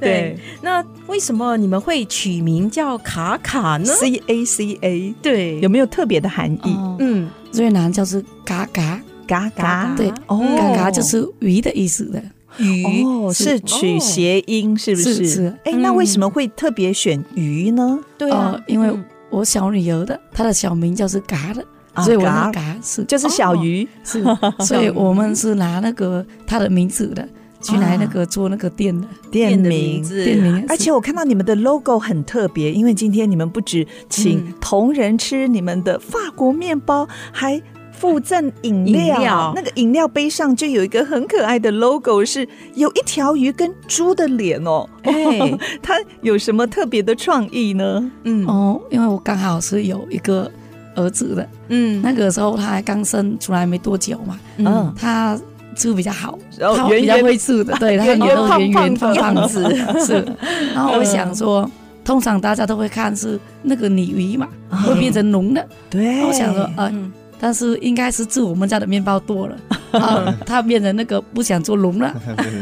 [SPEAKER 1] 对，那为什么你们会取名叫卡卡呢？
[SPEAKER 2] ，C A C A
[SPEAKER 1] 对，
[SPEAKER 2] 有没有特别的含义？
[SPEAKER 4] 哦，
[SPEAKER 1] 嗯，
[SPEAKER 4] 越南就是嘎嘎，
[SPEAKER 2] 嘎
[SPEAKER 1] 嘎
[SPEAKER 2] 嘎，
[SPEAKER 4] 对，
[SPEAKER 2] 哦
[SPEAKER 4] 嘎嘎就是鱼的意思的。
[SPEAKER 1] 鱼
[SPEAKER 2] 哦，是取谐音是不
[SPEAKER 4] 是
[SPEAKER 2] 是
[SPEAKER 4] 是？
[SPEAKER 2] 哎，那
[SPEAKER 1] 嗯
[SPEAKER 2] 为什么会特别选鱼呢？
[SPEAKER 1] 对
[SPEAKER 2] 哦
[SPEAKER 1] 啊，
[SPEAKER 4] 呃因为
[SPEAKER 1] 嗯
[SPEAKER 4] 我小女儿的，她的小名就是嘎的，
[SPEAKER 2] 啊
[SPEAKER 4] 所以我
[SPEAKER 2] 嘎
[SPEAKER 4] 那嘎哦是
[SPEAKER 2] 就是小鱼
[SPEAKER 4] 是，所以我们是拿那个她的名字 的去来那个做那个店的
[SPEAKER 2] 店
[SPEAKER 1] 的名
[SPEAKER 2] 名。
[SPEAKER 1] 字
[SPEAKER 4] 店名，
[SPEAKER 2] 啊而且我看到你们的 logo 很特别，因为今天你们不止请
[SPEAKER 1] 嗯
[SPEAKER 2] 同仁吃你们的法国面包，还附赠饮料。
[SPEAKER 1] 饮料
[SPEAKER 2] 那个饮料杯上就有一个很可爱的 logo，是有一条鱼跟猪的脸哦。
[SPEAKER 1] 哎，
[SPEAKER 2] 它有什么特别的创意呢？
[SPEAKER 1] 嗯
[SPEAKER 4] 哦，因为我刚好是有一个儿子的，
[SPEAKER 1] 嗯
[SPEAKER 4] 那个时候他还刚生出来没多久嘛，
[SPEAKER 2] 嗯，
[SPEAKER 4] 他吃比较好，
[SPEAKER 2] 然
[SPEAKER 4] 他
[SPEAKER 2] 后圆
[SPEAKER 4] 比较
[SPEAKER 2] 圆
[SPEAKER 4] 会吃的，对，他
[SPEAKER 2] 圆
[SPEAKER 4] 很
[SPEAKER 2] 圆
[SPEAKER 4] 多
[SPEAKER 2] 胖
[SPEAKER 4] 圆
[SPEAKER 2] 胖
[SPEAKER 4] 圆
[SPEAKER 2] 的
[SPEAKER 4] 胖胖子是。然后我想说，通常大家都会看是那个鲤鱼嘛，会变成浓的。
[SPEAKER 2] 对，
[SPEAKER 4] 我想说，呃，
[SPEAKER 1] 嗯
[SPEAKER 4] 但是应该是吃我们家的面包多了，啊，他变成那个不想做龙了，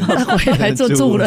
[SPEAKER 4] 他回来做猪 了。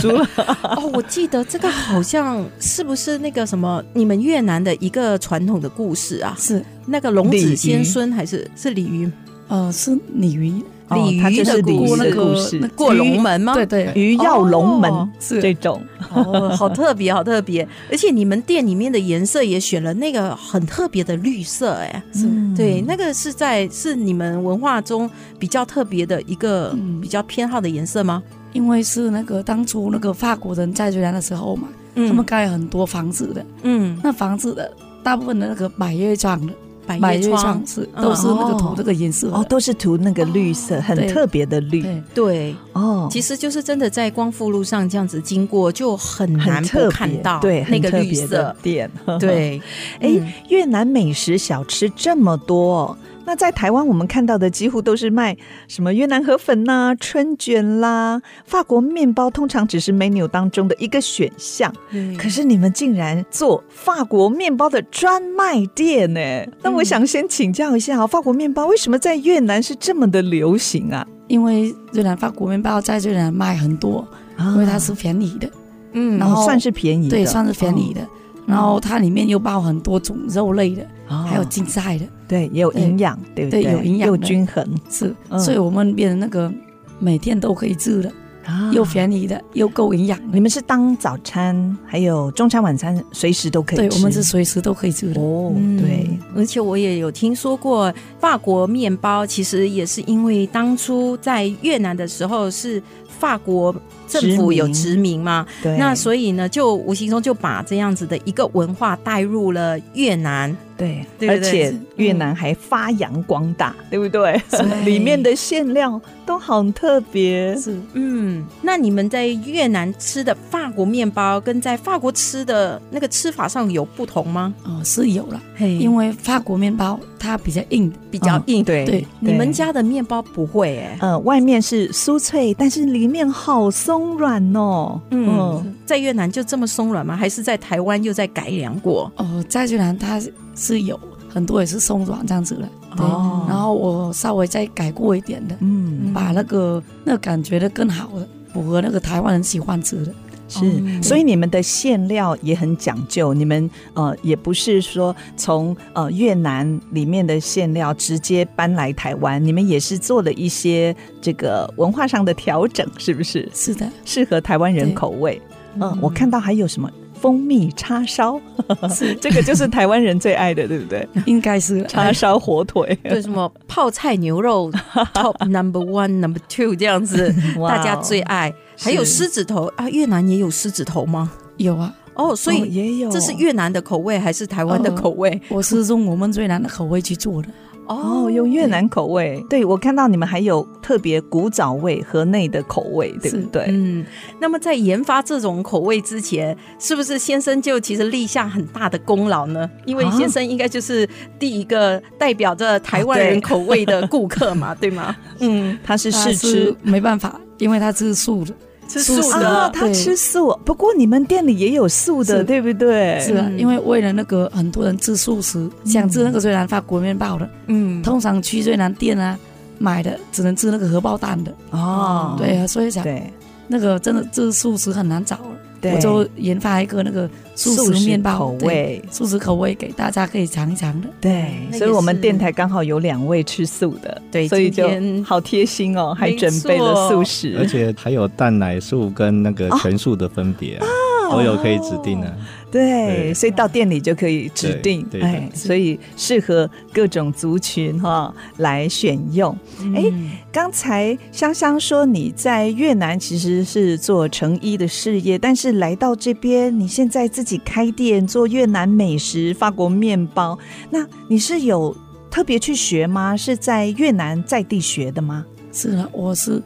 [SPEAKER 1] 哦，我记得这个好像是不是那个什么你们越南的一个传统的故事啊？
[SPEAKER 4] 是，
[SPEAKER 1] 那个龙
[SPEAKER 2] 鲤
[SPEAKER 1] 子
[SPEAKER 2] 鱼
[SPEAKER 1] 先孙还是是鲤鱼
[SPEAKER 4] 呃，是鲤鱼
[SPEAKER 2] 哦
[SPEAKER 1] 鲤
[SPEAKER 2] 它
[SPEAKER 1] 鱼
[SPEAKER 2] 就
[SPEAKER 1] 的
[SPEAKER 2] 是鲤
[SPEAKER 1] 故
[SPEAKER 2] 鱼
[SPEAKER 4] 过那
[SPEAKER 2] 的
[SPEAKER 1] 事？
[SPEAKER 4] 个
[SPEAKER 2] 故事
[SPEAKER 4] 那
[SPEAKER 1] 过龙
[SPEAKER 4] 鱼，
[SPEAKER 1] 门吗？
[SPEAKER 4] 对，对，
[SPEAKER 2] 鱼跃龙门、
[SPEAKER 1] 哦
[SPEAKER 2] 这
[SPEAKER 4] 是
[SPEAKER 2] 种，
[SPEAKER 1] 哦，好特别，好特别！而且你们店里面的颜色也选了那个很特别的绿色，哎，
[SPEAKER 4] 是
[SPEAKER 1] 对，那个是在是你们文化中比较特别的一个
[SPEAKER 4] 嗯
[SPEAKER 1] 比较偏好的颜色吗？
[SPEAKER 4] 因为是那个当初那个法国人在越南的时候嘛，
[SPEAKER 1] 嗯
[SPEAKER 4] 他们盖很多房子的，
[SPEAKER 1] 嗯
[SPEAKER 4] 那房子的大部分的那个百叶窗的，
[SPEAKER 1] 百
[SPEAKER 4] 百
[SPEAKER 1] 叶
[SPEAKER 4] 叶
[SPEAKER 1] 窗
[SPEAKER 4] 窗，是都是那个涂那个颜色的
[SPEAKER 2] 哦，都是涂那个绿色，很
[SPEAKER 4] 对
[SPEAKER 2] 特别的绿
[SPEAKER 4] 对
[SPEAKER 1] 对，
[SPEAKER 2] 哦。
[SPEAKER 1] 其实就是真的在光复路上这样子经过，就很难
[SPEAKER 2] 很特
[SPEAKER 1] 不
[SPEAKER 2] 别
[SPEAKER 1] 看到
[SPEAKER 2] 对
[SPEAKER 1] 那
[SPEAKER 2] 很
[SPEAKER 1] 个
[SPEAKER 2] 特
[SPEAKER 1] 绿
[SPEAKER 2] 别的
[SPEAKER 1] 色，
[SPEAKER 2] 店，
[SPEAKER 1] 对， 嗯
[SPEAKER 2] 哎、越南美食小吃这么多、哦，那在台湾我们看到的几乎都是卖什么越南河粉呐、春卷啦、法国面包，通常只是 menu 当中的一个选项。可是你们竟然做法国面包的专卖店呢？那我想先请教一下、哦，法国面包为什么在越南是这么的流行啊？
[SPEAKER 4] 因为越南法国面包在越南卖很多，
[SPEAKER 2] 啊哦
[SPEAKER 4] 因为它是便宜的，
[SPEAKER 1] 嗯，
[SPEAKER 4] 然后
[SPEAKER 2] 算是便宜的，嗯
[SPEAKER 4] 对，算是便宜的。然后它里面又包很多种肉类的，
[SPEAKER 2] 哦，
[SPEAKER 4] 还有竞赛的，
[SPEAKER 2] 对也有营养，对不
[SPEAKER 4] 对有营养
[SPEAKER 2] 又
[SPEAKER 4] 的
[SPEAKER 2] 均衡
[SPEAKER 4] 是，
[SPEAKER 2] 嗯
[SPEAKER 4] 所以我们变成那个每天都可以吃的，
[SPEAKER 2] 啊
[SPEAKER 4] 又便宜的，又够营养的。
[SPEAKER 2] 你们是当早餐，还有中餐、晚餐，随时都可以
[SPEAKER 4] 对，
[SPEAKER 2] 吃。
[SPEAKER 4] 我们是随时都可以吃的。
[SPEAKER 2] 哦，
[SPEAKER 1] 嗯
[SPEAKER 2] 对，，
[SPEAKER 1] 而且我也有听说过法国面包，其实也是因为当初在越南的时候是法国政府有殖民嘛，
[SPEAKER 2] 对。
[SPEAKER 1] 那所以呢，就无形中就把这样子的一个文化带入了越南。
[SPEAKER 2] 对，
[SPEAKER 1] 对
[SPEAKER 2] 而
[SPEAKER 1] 不对
[SPEAKER 2] 且
[SPEAKER 1] 嗯
[SPEAKER 2] 越南还发扬光大，对不对？
[SPEAKER 4] 对
[SPEAKER 2] 里面的馅料都很特别。
[SPEAKER 4] 是，
[SPEAKER 1] 嗯，那你们在越南吃的法国面包跟在法国吃的那个吃法上有不同吗？
[SPEAKER 4] 哦，是有了，
[SPEAKER 1] 嘿
[SPEAKER 2] 嗯
[SPEAKER 4] 因为法国面包它比较硬，
[SPEAKER 1] 比较硬。
[SPEAKER 2] 对
[SPEAKER 4] 对
[SPEAKER 1] 你们家的面包不会哎、
[SPEAKER 2] 呃，外面是酥脆，但是里面好松软哦。
[SPEAKER 1] 嗯，在越南就这么松软吗？还是在台湾又在改 良过？
[SPEAKER 4] 哦，在越南它是有很多也是松软这样子的，对。
[SPEAKER 2] 哦
[SPEAKER 4] 然后我稍微再改过一点的，
[SPEAKER 2] 嗯，
[SPEAKER 4] 把那个那个感觉的更好的，符合那个台湾人喜欢吃的。
[SPEAKER 1] 哦
[SPEAKER 2] 是，所以你们的馅料也很讲究，你们呃也不是说从呃越南里面的馅料直接搬来台湾，你们也是做了一些这个文化上的调整，是不是？
[SPEAKER 4] 是的，
[SPEAKER 2] 适合台湾人
[SPEAKER 4] 对
[SPEAKER 2] 口味。嗯，我看到还有什么蜂蜜叉烧， 这个就是台湾人最爱的，对不 对？
[SPEAKER 4] 应该 是哎了
[SPEAKER 2] 叉烧火腿，
[SPEAKER 1] 对什么泡菜牛肉 top number one number two 这样子，
[SPEAKER 2] 哇哦
[SPEAKER 1] 大家最爱。还有狮子头啊，越南也有狮子头吗？
[SPEAKER 4] 有啊，
[SPEAKER 1] 哦，所
[SPEAKER 2] 哦
[SPEAKER 1] 以
[SPEAKER 2] 也有，嗯
[SPEAKER 1] 这是越南的口味还是台湾的口味？
[SPEAKER 4] 我是用我们越南的口味去做的。
[SPEAKER 2] 哦，用越南口味。对，我看到你们还有特别古早味和内的口味，对不
[SPEAKER 4] 是
[SPEAKER 2] 对？
[SPEAKER 1] 嗯，那么在研发这种口味之前，是不是先生就其实立下很大的功劳呢？因为
[SPEAKER 2] 啊
[SPEAKER 1] 先生应该就是第一个代表着台湾人
[SPEAKER 2] 对
[SPEAKER 1] 口味的顾客
[SPEAKER 2] 啊
[SPEAKER 1] 嘛，对吗？嗯，
[SPEAKER 2] 它是
[SPEAKER 4] 它
[SPEAKER 2] 试吃
[SPEAKER 4] 是没办法，因为它是素的，
[SPEAKER 1] 吃
[SPEAKER 4] 素
[SPEAKER 1] 素
[SPEAKER 4] 食
[SPEAKER 1] 的
[SPEAKER 2] 啊，他
[SPEAKER 4] 对
[SPEAKER 2] 吃素，不过你们店里也有素的，
[SPEAKER 4] 是
[SPEAKER 2] 对不对？
[SPEAKER 4] 是啊，
[SPEAKER 1] 嗯
[SPEAKER 4] 因为为了那个很多人吃素食，想吃那个越南法国面包的，
[SPEAKER 1] 嗯，
[SPEAKER 4] 通常去越南店啊买的只能吃那个荷包蛋的，
[SPEAKER 2] 哦，
[SPEAKER 4] 对啊，所以想
[SPEAKER 2] 对
[SPEAKER 4] 那个真的这素食很难找了，
[SPEAKER 2] 对，
[SPEAKER 4] 我就研发一个那个素食面包
[SPEAKER 2] 口，味，
[SPEAKER 4] 对素食口味给大家可以尝一尝的，
[SPEAKER 2] 对，
[SPEAKER 1] 那
[SPEAKER 2] 所以
[SPEAKER 1] 也
[SPEAKER 2] 我们
[SPEAKER 1] 是
[SPEAKER 2] 电台刚好有两位吃素的，
[SPEAKER 1] 对
[SPEAKER 2] 所以
[SPEAKER 1] 今
[SPEAKER 2] 就
[SPEAKER 1] 天
[SPEAKER 2] 好贴心哦，还
[SPEAKER 1] 没
[SPEAKER 2] 准备了素
[SPEAKER 1] 错
[SPEAKER 5] 而
[SPEAKER 2] 食。
[SPEAKER 5] 且还有蛋奶素跟那个全素的分别啊，
[SPEAKER 1] 哦
[SPEAKER 5] 都有可以指定啊。
[SPEAKER 2] 对，
[SPEAKER 5] 对
[SPEAKER 2] 所以到店里就可以指
[SPEAKER 5] 对
[SPEAKER 2] 定
[SPEAKER 5] 对，的
[SPEAKER 2] 哎，所以适合各种族群哈、来选用。哎、刚才香香说你在越南其实是做成衣的事业，但是来到这边，你现在自己开店做越南美食、法国面包，那你是有特别去学吗？是在越南在地学的吗？
[SPEAKER 4] 是啊，我是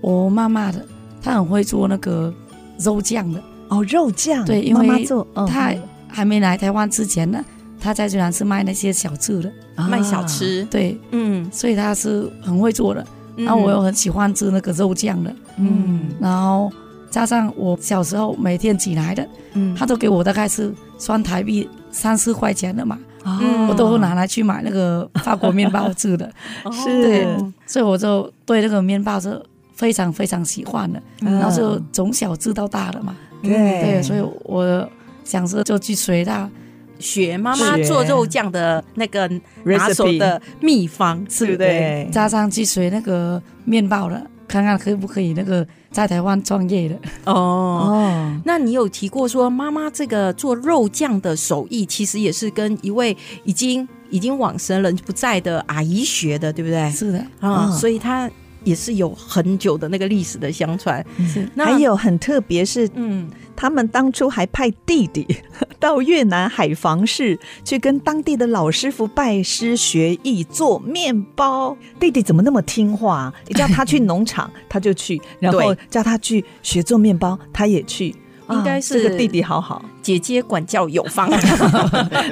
[SPEAKER 4] 我妈妈的，她很会做那个肉酱的，
[SPEAKER 2] 哦，肉酱，
[SPEAKER 4] 对因
[SPEAKER 2] 妈
[SPEAKER 4] 为
[SPEAKER 2] 妈做，嗯
[SPEAKER 4] 她还没来台湾之前呢，她在越南是卖那些小吃的，
[SPEAKER 2] 啊
[SPEAKER 1] 卖小，吃，
[SPEAKER 4] 对，
[SPEAKER 1] 嗯，
[SPEAKER 4] 所以她是很会做的。然后我又很喜欢吃那个肉酱的，
[SPEAKER 2] 啊嗯，
[SPEAKER 4] 然后加上我小时候每天起来的，
[SPEAKER 1] 嗯
[SPEAKER 4] 他都给我大概是算台币三四块钱的嘛，
[SPEAKER 2] 哦
[SPEAKER 4] 嗯我都拿来去买那个法国面包吃的，
[SPEAKER 1] 哦
[SPEAKER 2] 是
[SPEAKER 4] 对所以我就对那个面包是非常非常喜欢的，
[SPEAKER 2] 嗯
[SPEAKER 4] 然后就从小吃到大的嘛，
[SPEAKER 2] 对
[SPEAKER 4] 对，所以我想说就去学他，
[SPEAKER 1] 学妈妈
[SPEAKER 2] 学
[SPEAKER 1] 做肉酱的那个拿手
[SPEAKER 2] Recipe
[SPEAKER 1] 的秘方，
[SPEAKER 2] 对
[SPEAKER 1] 是
[SPEAKER 2] 不
[SPEAKER 1] 不对？
[SPEAKER 2] 对？
[SPEAKER 4] 加上去学那个面包的，看看可不可以那个在台湾创业的。
[SPEAKER 1] 哦。
[SPEAKER 2] 哦，
[SPEAKER 1] 那你有提过说，妈妈这个做肉酱的手艺，其实也是跟一位
[SPEAKER 2] 哎
[SPEAKER 1] 已经已经往生了不在的阿姨学的，对不对？
[SPEAKER 4] 是的，
[SPEAKER 1] 啊、
[SPEAKER 2] 嗯
[SPEAKER 1] 所以她也是有很久的那个历史的相传。
[SPEAKER 4] 是
[SPEAKER 1] 那
[SPEAKER 2] 嗯还有很特别是，
[SPEAKER 1] 嗯，
[SPEAKER 2] 他们当初还派弟弟 到越南海防市去跟当地的老师傅拜师学艺做面包。弟弟怎么那么听话啊？你叫他去农场，他就去；然后叫他去学做面包，他也去。啊
[SPEAKER 1] 应该是
[SPEAKER 2] 这个弟弟好好，
[SPEAKER 1] 姐姐管教有 方，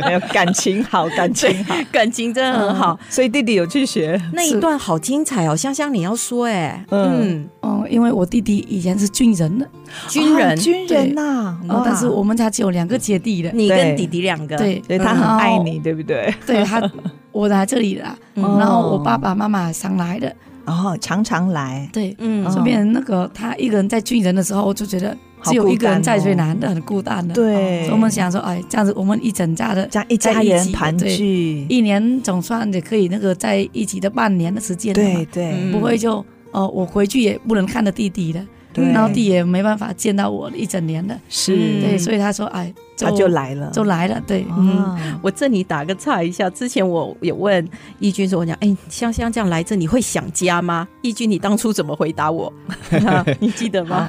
[SPEAKER 2] 没有感情好，感情 好，嗯
[SPEAKER 1] 感情真的很好。
[SPEAKER 2] 所以弟弟有去学。
[SPEAKER 1] 那一段好精彩哦，香香你要说哎、
[SPEAKER 2] 嗯
[SPEAKER 1] 嗯，
[SPEAKER 4] 哦，因为我弟弟以前是军人的，
[SPEAKER 1] 军人，
[SPEAKER 2] 啊军人呐、
[SPEAKER 4] 哦
[SPEAKER 2] 哇，
[SPEAKER 4] 但是我们家只有两个姐弟的，
[SPEAKER 1] 你
[SPEAKER 2] 对
[SPEAKER 1] 跟弟弟两个，
[SPEAKER 4] 对，
[SPEAKER 2] 所以他
[SPEAKER 4] 然
[SPEAKER 2] 很
[SPEAKER 4] 后
[SPEAKER 2] 爱嗯你，对哦不对？
[SPEAKER 4] 对他，我来这里了，
[SPEAKER 1] 嗯
[SPEAKER 4] 然后我爸爸妈妈常来的，
[SPEAKER 2] 然后常常来，
[SPEAKER 4] 对，
[SPEAKER 1] 嗯
[SPEAKER 2] 哦
[SPEAKER 4] 就变成那个他一个人在军人的时候，就觉得
[SPEAKER 2] 好
[SPEAKER 4] 只有一个
[SPEAKER 2] 孤单
[SPEAKER 4] 人在
[SPEAKER 2] 哦
[SPEAKER 4] 最难的，很孤单的。
[SPEAKER 2] 对
[SPEAKER 4] 所以我们想说，哎，这样子我们一整家的，
[SPEAKER 2] 这样一家
[SPEAKER 4] 在一
[SPEAKER 2] 人
[SPEAKER 4] 起
[SPEAKER 2] 盘
[SPEAKER 4] 对
[SPEAKER 2] 踞，
[SPEAKER 4] 一年总算也可以那个在一起的半年的时间了嘛
[SPEAKER 2] 对对、
[SPEAKER 1] 嗯
[SPEAKER 4] 不会就哦，我回去也不能看到弟弟的，
[SPEAKER 2] 对，
[SPEAKER 4] 然后弟也没办法见到我一整年的，
[SPEAKER 2] 是、
[SPEAKER 4] 对，所以他说，哎，
[SPEAKER 2] 他就来了，
[SPEAKER 4] 就来了，对，嗯，
[SPEAKER 2] 啊，
[SPEAKER 1] 我这里打个岔一下，之前我有问义军说，我讲，哎、香香这样来这，你会想家吗？义军，你当初怎么回答我？ 你记得吗？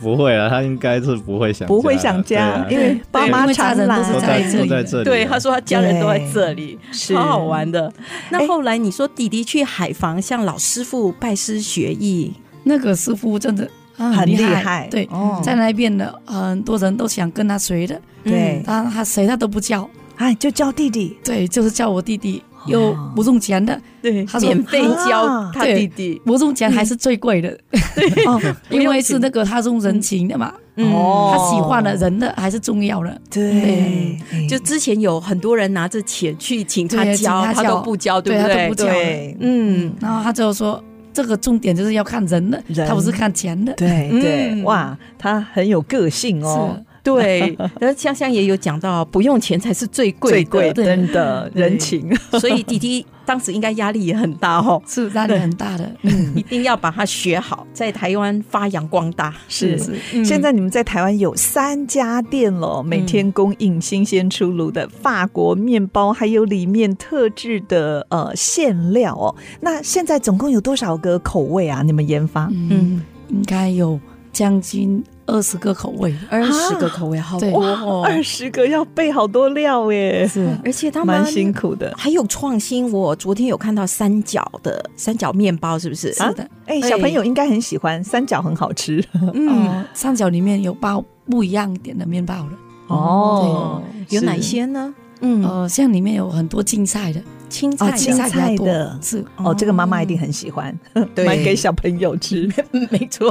[SPEAKER 5] 不会啊，他应该是不会想
[SPEAKER 2] 不会
[SPEAKER 5] 家
[SPEAKER 2] 想
[SPEAKER 5] 的
[SPEAKER 2] 家，
[SPEAKER 5] 对
[SPEAKER 2] 因
[SPEAKER 5] 啊
[SPEAKER 2] 为爸
[SPEAKER 4] 因
[SPEAKER 2] 妈
[SPEAKER 4] 为家
[SPEAKER 2] 常
[SPEAKER 4] 人都是
[SPEAKER 5] 都
[SPEAKER 2] 来，
[SPEAKER 5] 在
[SPEAKER 4] 在这
[SPEAKER 5] 都
[SPEAKER 4] 里
[SPEAKER 5] 在
[SPEAKER 4] 的
[SPEAKER 5] 这里啊，
[SPEAKER 1] 对，他说他家人都在这里，
[SPEAKER 2] 是
[SPEAKER 1] 超好玩的。
[SPEAKER 2] 哎
[SPEAKER 1] 那后来你说弟弟去海防向老师傅拜师学艺，
[SPEAKER 4] 那个师傅真的啊
[SPEAKER 2] 很
[SPEAKER 4] 厉
[SPEAKER 2] 厉
[SPEAKER 4] 害
[SPEAKER 2] 害，
[SPEAKER 4] 对，
[SPEAKER 2] 哦
[SPEAKER 4] 在那边的很多人都想跟他学的，
[SPEAKER 2] 对，
[SPEAKER 4] 但他谁他都不叫，
[SPEAKER 2] 哎，就叫弟弟，
[SPEAKER 4] 对，就是叫我弟弟，又
[SPEAKER 2] 哦
[SPEAKER 4] 不用钱的，
[SPEAKER 1] 对
[SPEAKER 4] 他说
[SPEAKER 1] 免费
[SPEAKER 2] 啊
[SPEAKER 1] 教他弟
[SPEAKER 4] 对
[SPEAKER 1] 弟，
[SPEAKER 4] 不用
[SPEAKER 2] 嗯
[SPEAKER 4] 钱还是最贵的，
[SPEAKER 2] 哦，
[SPEAKER 4] 因为是那个他用人情的嘛，
[SPEAKER 1] 嗯
[SPEAKER 2] 哦
[SPEAKER 4] 他喜欢的人的还是重要的，
[SPEAKER 2] 对，哎
[SPEAKER 1] 就之前有很多人拿着钱去请他
[SPEAKER 4] 对请
[SPEAKER 1] 教，
[SPEAKER 4] 他
[SPEAKER 1] 他
[SPEAKER 4] 教
[SPEAKER 1] 都不教，
[SPEAKER 4] 对
[SPEAKER 1] 不
[SPEAKER 4] 他都
[SPEAKER 1] 对？
[SPEAKER 4] 不教
[SPEAKER 2] 对
[SPEAKER 1] 嗯，
[SPEAKER 4] 然后他就说这个重点就是要看人的，
[SPEAKER 2] 人
[SPEAKER 4] 他不是看钱的，
[SPEAKER 2] 对对，
[SPEAKER 1] 嗯
[SPEAKER 2] 哇，他很有个性哦，
[SPEAKER 1] 对。然后香香也有讲到，不用钱才是最贵
[SPEAKER 2] 最
[SPEAKER 1] 的，
[SPEAKER 2] 贵
[SPEAKER 4] 对
[SPEAKER 2] 真的
[SPEAKER 1] 对
[SPEAKER 2] 人情，
[SPEAKER 1] 所以弟弟当时应该压力也很大哦，
[SPEAKER 4] 是压力很大的，
[SPEAKER 1] 一定要把它学好，在台湾发扬光大。
[SPEAKER 2] 是
[SPEAKER 4] 是。
[SPEAKER 1] 嗯
[SPEAKER 2] 现在你们在台湾有三家店了，哦每天供应新鲜出炉的法国面包，还有里面特制的呃馅料哦。那现在总共有多少个口味啊？你们研发？
[SPEAKER 4] 嗯，应该有将近二十个口味。
[SPEAKER 1] 二十个口味好
[SPEAKER 4] 对
[SPEAKER 1] 多哦，
[SPEAKER 2] 二十、个要备好多料耶，
[SPEAKER 4] 是
[SPEAKER 1] 而且他
[SPEAKER 2] 蛮
[SPEAKER 1] 们
[SPEAKER 2] 辛苦的。
[SPEAKER 1] 还有创新。我昨天有看到三角的三角面包，是不是？
[SPEAKER 2] 啊
[SPEAKER 4] 是的，
[SPEAKER 2] 哎、
[SPEAKER 1] 哎
[SPEAKER 2] 小朋友应该很喜欢，三角很好吃
[SPEAKER 1] 嗯，
[SPEAKER 4] 哦，三角里面有包不一样点的面包的。
[SPEAKER 2] 哦。
[SPEAKER 1] 有
[SPEAKER 2] 是
[SPEAKER 1] 哪些呢？嗯，
[SPEAKER 4] 呃，像里面有很多竞赛的，
[SPEAKER 1] 青
[SPEAKER 2] 哦
[SPEAKER 1] 菜的，
[SPEAKER 2] 青菜
[SPEAKER 4] 比较多
[SPEAKER 2] 的
[SPEAKER 4] 是
[SPEAKER 2] 哦，这个妈妈一定很喜欢，
[SPEAKER 1] 对
[SPEAKER 2] 买给小朋友吃。
[SPEAKER 1] 嗯没错。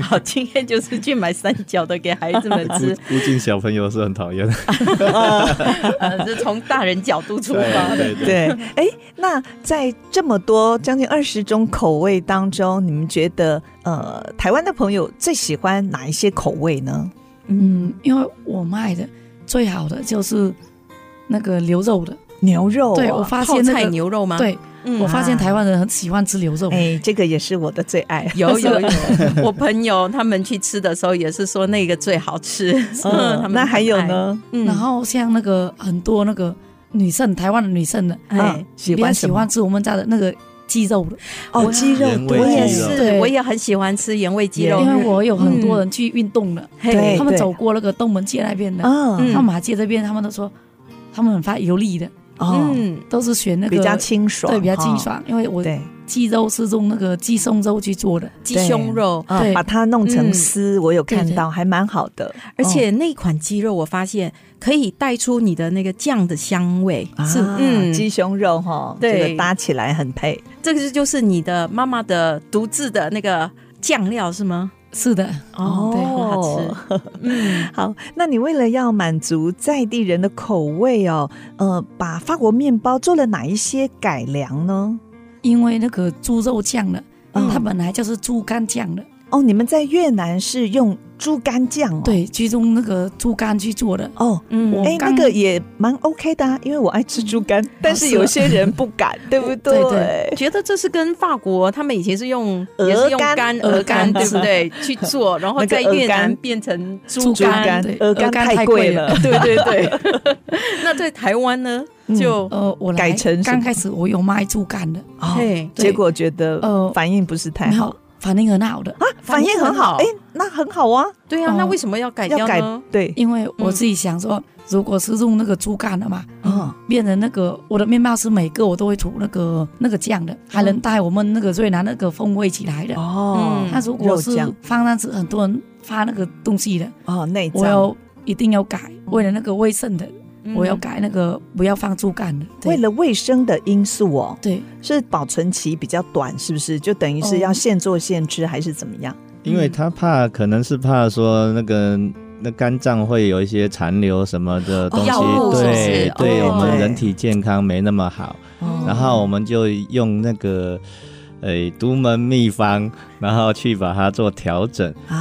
[SPEAKER 1] 好，今天就是去买三角的给孩子们
[SPEAKER 5] 估
[SPEAKER 1] 吃，
[SPEAKER 5] 估计小朋友是很讨厌的，
[SPEAKER 1] 呃，是从大人角度出发的。
[SPEAKER 5] 对 对对。
[SPEAKER 2] 对，哎，那在这么多将近二十种口味当中，你们觉得呃，台湾的朋友最喜欢哪一些口味呢？
[SPEAKER 4] 嗯，因为我卖的最好的就是那个牛肉的。
[SPEAKER 2] 牛肉、啊，
[SPEAKER 4] 对我发
[SPEAKER 1] 泡
[SPEAKER 4] 现那
[SPEAKER 1] 菜
[SPEAKER 4] 个，
[SPEAKER 1] 牛肉吗？，
[SPEAKER 4] 对
[SPEAKER 1] 嗯
[SPEAKER 4] 我发现台湾人很喜欢吃牛肉。
[SPEAKER 2] 哎，这个也是我的最爱。
[SPEAKER 1] 有有 有，我朋友他们去吃的时候也是说那个最好吃。嗯，
[SPEAKER 2] 嗯，
[SPEAKER 1] 他们
[SPEAKER 2] 那还有
[SPEAKER 1] 很爱？
[SPEAKER 2] 呢？
[SPEAKER 1] 嗯
[SPEAKER 4] 然后像那个很多那个女生，台湾的女生的，
[SPEAKER 1] 哎
[SPEAKER 2] 嗯，，喜
[SPEAKER 4] 比较
[SPEAKER 2] 欢
[SPEAKER 4] 喜
[SPEAKER 2] 什么
[SPEAKER 4] 欢吃我们家的那个鸡肉的。
[SPEAKER 2] 哦，鸡肉
[SPEAKER 5] 原味
[SPEAKER 2] 对
[SPEAKER 1] 我也
[SPEAKER 5] 鸡肉
[SPEAKER 1] 是，
[SPEAKER 4] 对
[SPEAKER 1] 我也很喜欢吃原味鸡肉
[SPEAKER 4] 因。为我有很多
[SPEAKER 1] 嗯
[SPEAKER 4] 人去运动了，
[SPEAKER 2] 对
[SPEAKER 4] 他们走过那个东门街那边的，
[SPEAKER 2] 嗯
[SPEAKER 1] 嗯
[SPEAKER 4] 到马街这边，他们都说他们很发油腻的，
[SPEAKER 2] 哦，
[SPEAKER 1] 嗯，
[SPEAKER 4] 都是选那个
[SPEAKER 2] 比较清爽，
[SPEAKER 4] 对，比较清
[SPEAKER 2] 哈。
[SPEAKER 4] 爽。因为我
[SPEAKER 2] 对，
[SPEAKER 4] 鸡肉是用那个鸡胸肉去做的，
[SPEAKER 1] 鸡
[SPEAKER 2] 对
[SPEAKER 1] 胸肉，
[SPEAKER 2] 啊
[SPEAKER 4] 对
[SPEAKER 2] 把它弄成
[SPEAKER 1] 嗯
[SPEAKER 2] 丝，我有看
[SPEAKER 4] 对对
[SPEAKER 2] 到，还蛮好的。
[SPEAKER 1] 而且那款鸡肉我发现可以带出你的那个酱的香味。
[SPEAKER 2] 是嗯，
[SPEAKER 1] 嗯
[SPEAKER 2] 鸡胸肉哈，这
[SPEAKER 1] 对
[SPEAKER 2] 个搭起来很配。
[SPEAKER 1] 这个就是你的妈妈的独自的那个酱料是吗？
[SPEAKER 4] 是的，
[SPEAKER 1] 对，很好
[SPEAKER 2] 哦
[SPEAKER 1] 吃。嗯，
[SPEAKER 2] 好，那你为了要满足在地人的口味哦，呃，把法国面包做了哪一些改良呢？
[SPEAKER 4] 因为那个猪肉酱的，
[SPEAKER 2] 嗯
[SPEAKER 4] 它本来就是猪肝酱的，
[SPEAKER 2] 哦，你们在越南是用猪肝酱哦。
[SPEAKER 4] 对，去用那个猪肝去做的。
[SPEAKER 2] 哦，
[SPEAKER 1] 嗯
[SPEAKER 4] 我
[SPEAKER 2] 哎，那
[SPEAKER 4] 刚
[SPEAKER 2] 个也蛮 OK 的啊，因为我爱吃猪肝，但是有些人不敢，对不对？
[SPEAKER 4] 对对
[SPEAKER 1] 觉得这是跟法国他们以前是用也
[SPEAKER 2] 鹅
[SPEAKER 1] 是用
[SPEAKER 2] 肝
[SPEAKER 1] 肝
[SPEAKER 4] 鹅
[SPEAKER 1] 鹅肝
[SPEAKER 4] 肝
[SPEAKER 1] 对不对去做，然后
[SPEAKER 2] 那个
[SPEAKER 1] 在
[SPEAKER 2] 鹅
[SPEAKER 1] 越南
[SPEAKER 2] 肝
[SPEAKER 1] 变成
[SPEAKER 4] 猪
[SPEAKER 2] 猪
[SPEAKER 4] 肝
[SPEAKER 2] 肝
[SPEAKER 4] 对，
[SPEAKER 2] 鹅
[SPEAKER 4] 鹅
[SPEAKER 2] 肝
[SPEAKER 4] 肝
[SPEAKER 2] 太
[SPEAKER 4] 太
[SPEAKER 2] 贵
[SPEAKER 4] 贵
[SPEAKER 2] 了，
[SPEAKER 1] 对对对。 那在台湾呢，
[SPEAKER 2] 嗯
[SPEAKER 1] 就
[SPEAKER 4] 呃，我来
[SPEAKER 2] 改成什么
[SPEAKER 4] 刚开始我有卖猪肝的，
[SPEAKER 2] 哦
[SPEAKER 1] 嘿
[SPEAKER 4] 对
[SPEAKER 2] 结果觉得
[SPEAKER 4] 呃
[SPEAKER 2] 反应不是太
[SPEAKER 4] 没
[SPEAKER 2] 好
[SPEAKER 4] 有反应很好的，
[SPEAKER 2] 啊，反应很好，
[SPEAKER 1] 反
[SPEAKER 2] 哎
[SPEAKER 1] 应，
[SPEAKER 2] 那很好啊，
[SPEAKER 1] 对啊，那
[SPEAKER 4] 哦
[SPEAKER 1] 为什么要改
[SPEAKER 2] 要
[SPEAKER 1] 掉
[SPEAKER 2] 改
[SPEAKER 1] 呢？
[SPEAKER 2] 对，
[SPEAKER 4] 因为我自己想说，如果是用那个猪肝的嘛，
[SPEAKER 2] 哦，
[SPEAKER 4] 变成那个我的面貌是每个我都会涂那个那个酱的，还能带我们那个越南那个风味起来的。
[SPEAKER 2] 嗯哦
[SPEAKER 4] 那如果
[SPEAKER 2] 肉
[SPEAKER 4] 是
[SPEAKER 2] 酱
[SPEAKER 4] 放那子很多人发那个东西的，
[SPEAKER 2] 哦，内
[SPEAKER 4] 我
[SPEAKER 2] 脏
[SPEAKER 4] 要一定要改，为了那个卫生的，
[SPEAKER 1] 嗯
[SPEAKER 4] 我要改那个不要放猪肝的。对
[SPEAKER 2] 为了卫生的因素哦，
[SPEAKER 4] 对，
[SPEAKER 2] 是保存期比较短，是不是？就等于
[SPEAKER 4] 哦
[SPEAKER 2] 是要现做现吃，还是怎么样？
[SPEAKER 5] 因为他怕，可能是怕说那个那肝脏会有一些残留什么的东
[SPEAKER 1] 哦
[SPEAKER 5] 西，
[SPEAKER 1] 药物是不是
[SPEAKER 5] 对
[SPEAKER 1] 哦
[SPEAKER 5] 对，我们
[SPEAKER 2] 对
[SPEAKER 5] 人体健康没那么好，
[SPEAKER 1] 哦
[SPEAKER 5] 然后我们就用那个。诶，独门秘方，然后去把它做调整，哦，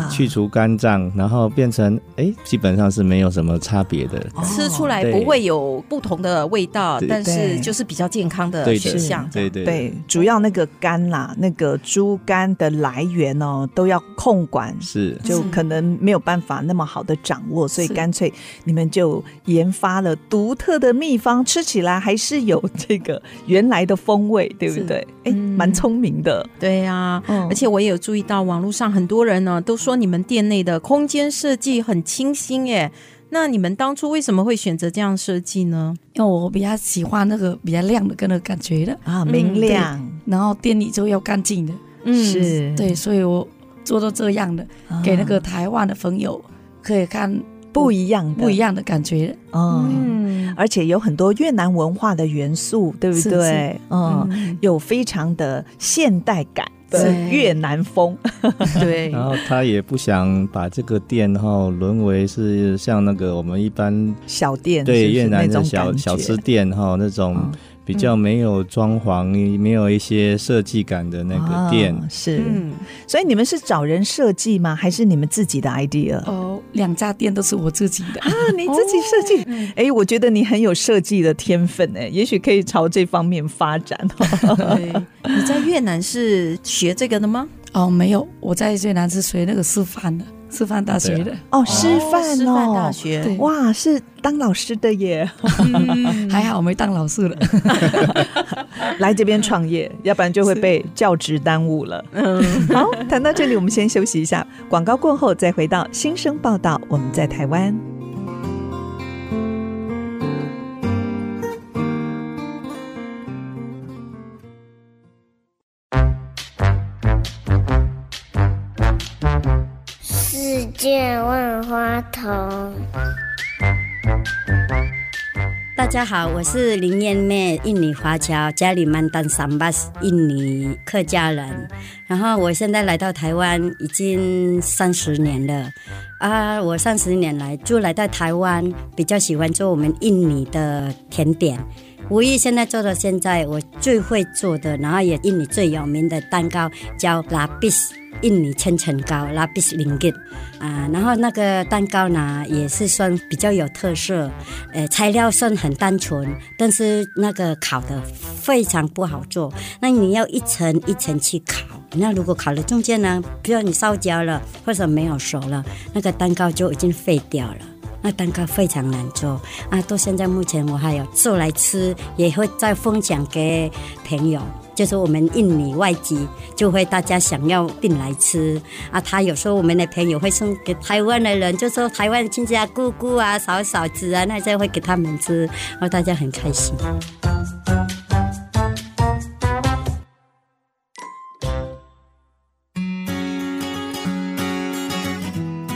[SPEAKER 2] 啊，
[SPEAKER 5] 去除肝脏，然后变成诶，基本上是没有什么差别的。
[SPEAKER 2] 哦
[SPEAKER 1] 吃出来
[SPEAKER 5] 对
[SPEAKER 1] 不会有不同的味道，
[SPEAKER 5] 对
[SPEAKER 1] 但是
[SPEAKER 2] 对
[SPEAKER 1] 就是比较健康的
[SPEAKER 5] 对
[SPEAKER 1] 选
[SPEAKER 5] 的，
[SPEAKER 1] 项。
[SPEAKER 5] 对对
[SPEAKER 2] 对，主要那个肝啦，那个猪肝的来源哦，都要控管。
[SPEAKER 4] 嗯
[SPEAKER 5] 是。
[SPEAKER 2] 就可能没有办法那么好的掌握，所以
[SPEAKER 4] 是
[SPEAKER 2] 干脆你们就研发了独特的秘方，吃起来还是有这个原来的风味，对不
[SPEAKER 4] 是
[SPEAKER 2] 对？哎，
[SPEAKER 1] 嗯
[SPEAKER 2] 蛮聪明的，
[SPEAKER 1] 对呀、
[SPEAKER 2] 嗯
[SPEAKER 1] 而且我也有注意到网络上很多人呢都说你们店内的空间设计很清新耶。那你们当初为什么会选择这样设计呢？
[SPEAKER 4] 因为我比较喜欢那个比较亮的跟那个感觉的，
[SPEAKER 2] 啊，明
[SPEAKER 4] 对
[SPEAKER 2] 亮、
[SPEAKER 4] 然后店里就要干净的，
[SPEAKER 2] 嗯是，
[SPEAKER 4] 嗯对，所以我做到这样的，
[SPEAKER 2] 啊
[SPEAKER 4] 给那个台湾的朋友可以看
[SPEAKER 2] 不一样的，
[SPEAKER 4] 不一样的感觉。
[SPEAKER 2] 嗯，
[SPEAKER 1] 嗯，
[SPEAKER 2] 而且有很多越南文化的元素，对不
[SPEAKER 4] 是
[SPEAKER 2] 对
[SPEAKER 4] 是？
[SPEAKER 2] 嗯，
[SPEAKER 1] 嗯
[SPEAKER 2] 有非常的现代感的
[SPEAKER 1] 对
[SPEAKER 2] 越南风，
[SPEAKER 1] 对
[SPEAKER 5] 然后他也不想把这个店哈、沦为是像那个我们一般
[SPEAKER 2] 小店是
[SPEAKER 5] 对
[SPEAKER 2] 不是
[SPEAKER 5] 越南
[SPEAKER 2] 那
[SPEAKER 5] 的
[SPEAKER 2] 种
[SPEAKER 5] 小
[SPEAKER 2] 感觉
[SPEAKER 5] 小吃店哈、那种
[SPEAKER 2] 嗯
[SPEAKER 5] 比较没有装潢、没有一些设计感的那个店。
[SPEAKER 2] 啊是，
[SPEAKER 1] 嗯，
[SPEAKER 2] 所以你们是找人设计吗？还是你们自己的 idea？
[SPEAKER 4] 哦，两家店都是我自己的，
[SPEAKER 2] 啊，你自己设计，
[SPEAKER 1] 哦
[SPEAKER 2] 哎、我觉得你很有设计的天分哎，也许可以朝这方面发展。哦
[SPEAKER 1] 对。你在越南是学这个的吗？
[SPEAKER 4] 哦，没有，我在越南是学那个师范的，师范大学的，
[SPEAKER 2] 哦，师
[SPEAKER 1] 哦
[SPEAKER 2] 范
[SPEAKER 1] 师范大
[SPEAKER 2] 哦，
[SPEAKER 1] 学。
[SPEAKER 4] 对
[SPEAKER 2] 哇，是当老师的耶，
[SPEAKER 1] 嗯
[SPEAKER 4] 还好没当老师了。
[SPEAKER 2] 来这边创业，要不然就会被教职耽误了。 好，谈到这里，我们先休息一下，广告过后再回到新生报道。我们在台湾。
[SPEAKER 6] 世界万花筒。
[SPEAKER 7] 大家好，我是林燕妹，印尼华侨，家里曼丹桑巴斯，印尼客家人。然后我现在来到台湾已经三十年了，啊，我三十年来就来到台湾，比较喜欢做我们印尼的甜点。无意现在做到现在，我最会做的，然后也印尼最有名的蛋糕叫 lapis，印尼千层糕 lapis lingit，啊，然后那个蛋糕呢也是算比较有特色，呃，材料算很单纯，但是那个烤的非常不好做，那你要一层一层去烤。那如果烤了中间呢，比如你烧焦了或者没有熟了，那个蛋糕就已经废掉了。那蛋糕非常难做啊！到现在目前我还有做来吃，也会再分享给朋友。就是我们印尼外籍就会大家想要订来吃啊，他有时候我们的朋友会送给台湾的人，就说台湾亲戚啊、姑姑啊、嫂嫂子啊那些会给他们吃，然后大家很开心。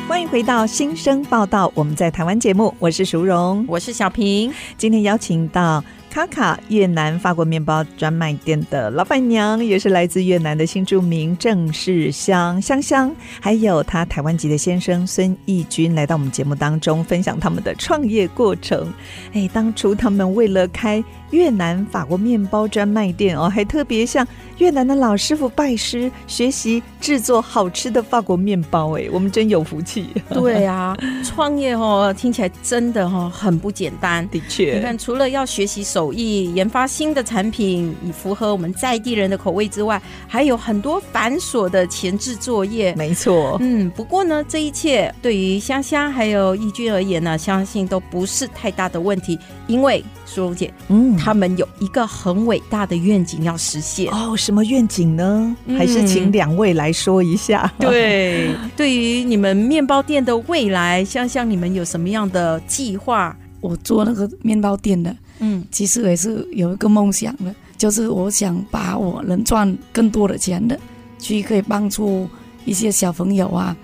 [SPEAKER 2] 欢迎回到新生报道，我们在台湾节目，我是淑荣，
[SPEAKER 1] 我是小平，
[SPEAKER 2] 今天邀请到卡卡越南法国面包专卖店的老板娘，也是来自越南的新著名郑世香香香，还有她台湾籍的先生孙义军来到我们节目当中，分享他们的创业过程。哎，当初他们为了开越南法国面包专卖店哦，还特别向越南的老师傅拜师学习制作好吃的法国面包。哎，我们真有福气，
[SPEAKER 1] 对啊，创业哦，听起来真的哦很不简单。
[SPEAKER 2] 的
[SPEAKER 1] 你
[SPEAKER 2] 确
[SPEAKER 1] 看，除了要学习手艺、研发新的产品以符合我们在地人的口味之外，还有很多繁琐的前置作业。
[SPEAKER 2] 没错。
[SPEAKER 1] 嗯，不过呢，这一切对于香香还有义军而言呢，相信都不是太大的问题，因为苏荣姐
[SPEAKER 2] 嗯，
[SPEAKER 1] 他们有一个很伟大的愿景要实现。
[SPEAKER 2] 哦，什么愿景呢？还是请
[SPEAKER 1] 嗯
[SPEAKER 2] 两位来说一下。
[SPEAKER 1] 对， 对于你们面包店的未来，香香你们有什么样的计划？
[SPEAKER 4] 我做那个面包店的，
[SPEAKER 1] 嗯
[SPEAKER 4] 其实也是有一个梦想的，就是我想把我能赚更多的钱的，去可以帮助一些小朋友啊，